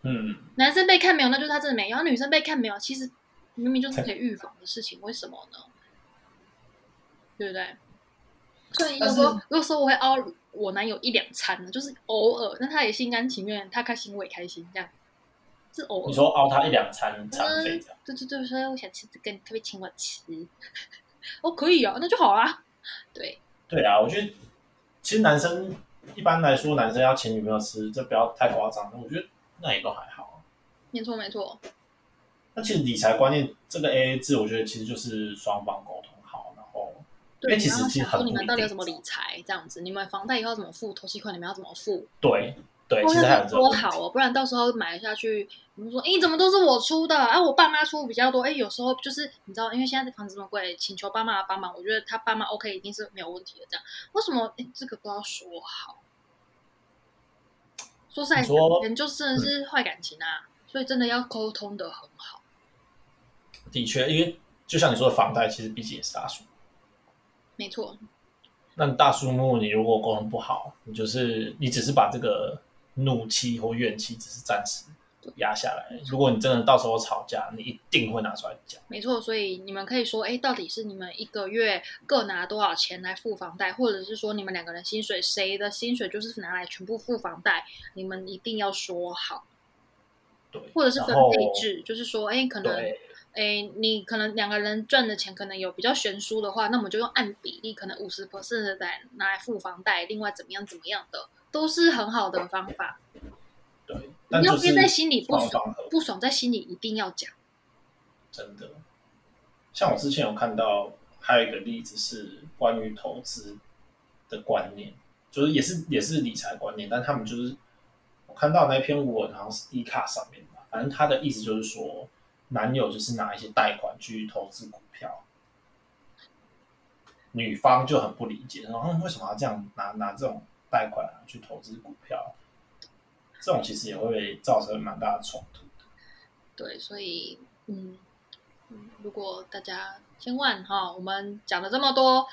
嗯，男生被看没有，那就是他真的没有；然后女生被看没有，其实明明就是可以预防的事情，为什么呢？对不对？所以如但是果如果说我会凹我男友一两餐呢，就是偶尔，那他也心甘情愿，他开心我也开心，这样是偶尔。你说凹他一两餐餐费这样，对对对，所以我想吃这个，你可不可以请我吃？ 哦，可以啊，那就好啦。对，对啊，我觉得其实男生一般来说，男生要请女朋友吃，这不要太夸张，我觉得那也都还好。啊没错没错，那其实理财观念这个 A A 制，我觉得其实就是双方沟通好，然后因对，为其实然后其实想说很你不们一到底定要怎么理财这样子？你们房贷以后要怎么付？头期款你们要怎么付？对对，哦其实那还有这个这样多问题好哦，不然到时候买下去，你们说，哎，怎么都是我出的？啊，我爸妈出比较多。哎，有时候就是你知道，因为现在房子这么贵，请求爸妈的帮忙，我觉得他爸妈 OK 一定是没有问题的。这样为什么？哎，这个都要说好。说实在你说，人就真的是坏感情啊，所以真的要沟通的很好。的确，因为就像你说的房贷，其实毕竟也是大数。没错，那大数目你如果沟通不好，你就是你只是把这个怒气或怨气只是暂时压下来。如果你真的到时候吵架，你一定会拿出来讲。没错，所以你们可以说，哎，到底是你们一个月各拿多少钱来付房贷，或者是说你们两个人薪水，谁的薪水就是拿来全部付房贷，你们一定要说好，对，或者是分然后配制，就是说，哎，可能对诶，你可能两个人赚的钱可能有比较悬殊的话，那我们就用按比例，可能五十 percent 来拿来付房贷，另外怎么样怎么样的，都是很好的方法。对，但你要就憋是在心里不双爽，方合不爽在心里一定要讲。真的。像我之前有看到还有一个例子是关于投资的观念，就是也是也是理财观念，但他们就是我看到那篇文好像是 E 卡上面吧，反正他的意思就是说，男友就是拿一些贷款去投资股票，女方就很不理解，然后为什么要这样拿拿这种贷款啊去投资股票？这种其实也会造成蛮大的冲突的。对，所以嗯嗯，如果大家千万哈，我们讲了这么多，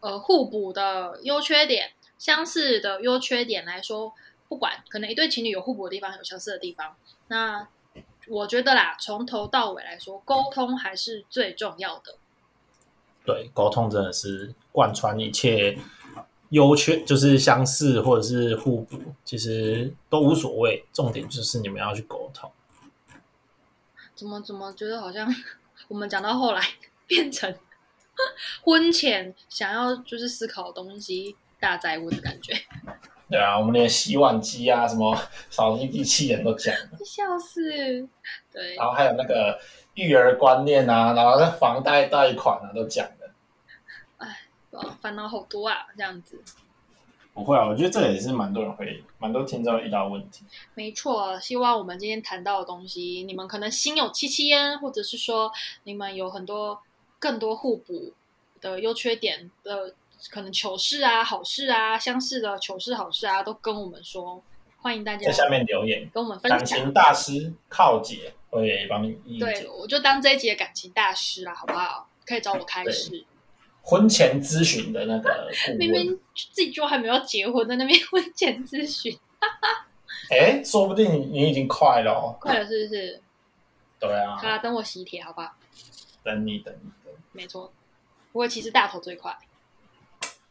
呃，互补的优缺点，相似的优缺点来说，不管可能一对情侣有互补的地方，有相似的地方，那我觉得啦，从头到尾来说，沟通还是最重要的。对，沟通真的是贯穿一切优缺，就是相似或者是互补，其实都无所谓。重点就是你们要去沟通。怎么怎么觉得好像我们讲到后来变成婚前想要就是思考的东西大灾问的感觉，对啊，我们连洗碗机啊、什么扫地机器人都讲， 笑死！对，然后还有那个育儿观念啊，然后那房贷贷款啊都讲的。哇，呃烦恼好多啊，这样子。不会啊，我觉得这也是蛮多人会，蛮多听众会遇到的问题。没错，希望我们今天谈到的东西，你们可能心有戚戚焉，或者是说你们有很多更多互补的优缺点的，可能糗事啊、好事啊、相似的糗事、好事啊，都跟我们说，欢迎大家在下面留言，跟我们分感享情。大师靠姐会帮你一对，解我就当这一集的感情大师啦，好不好？可以找我开始。婚前咨询的那个顾明问。明自己就还没有结婚，在那边婚前咨询，哎，说不定你已经快了哦。快了是不是？对啊，好啦，等我喜帖，好不好？等你等你等没错，不过其实大头最快，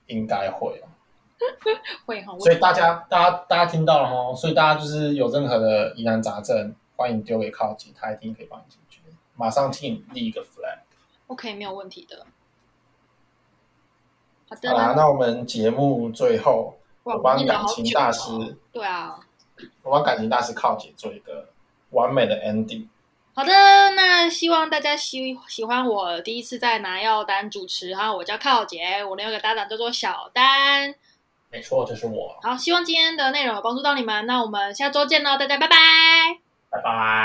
你，应该会哦。会哈。我所以大家大家大家听到了哈，所以大家就是有任何的疑难杂症，欢迎丢给靠近，他一定可以帮你解决，马上替你立一个 flag。 OK 没有问题的。好的好啦，那我们节目最后，啊哇我我帮们聊感好情久大哦师，对啊，我帮感情大师靠姐做一个完美的 ending。好的，那希望大家喜喜欢我第一次在拿药单主持，然后我叫靠姐，我另外一个搭档叫做小丹。没错，就是我，好，希望今天的内容有帮助到你们，那我们下周见喽，大家拜拜。拜拜。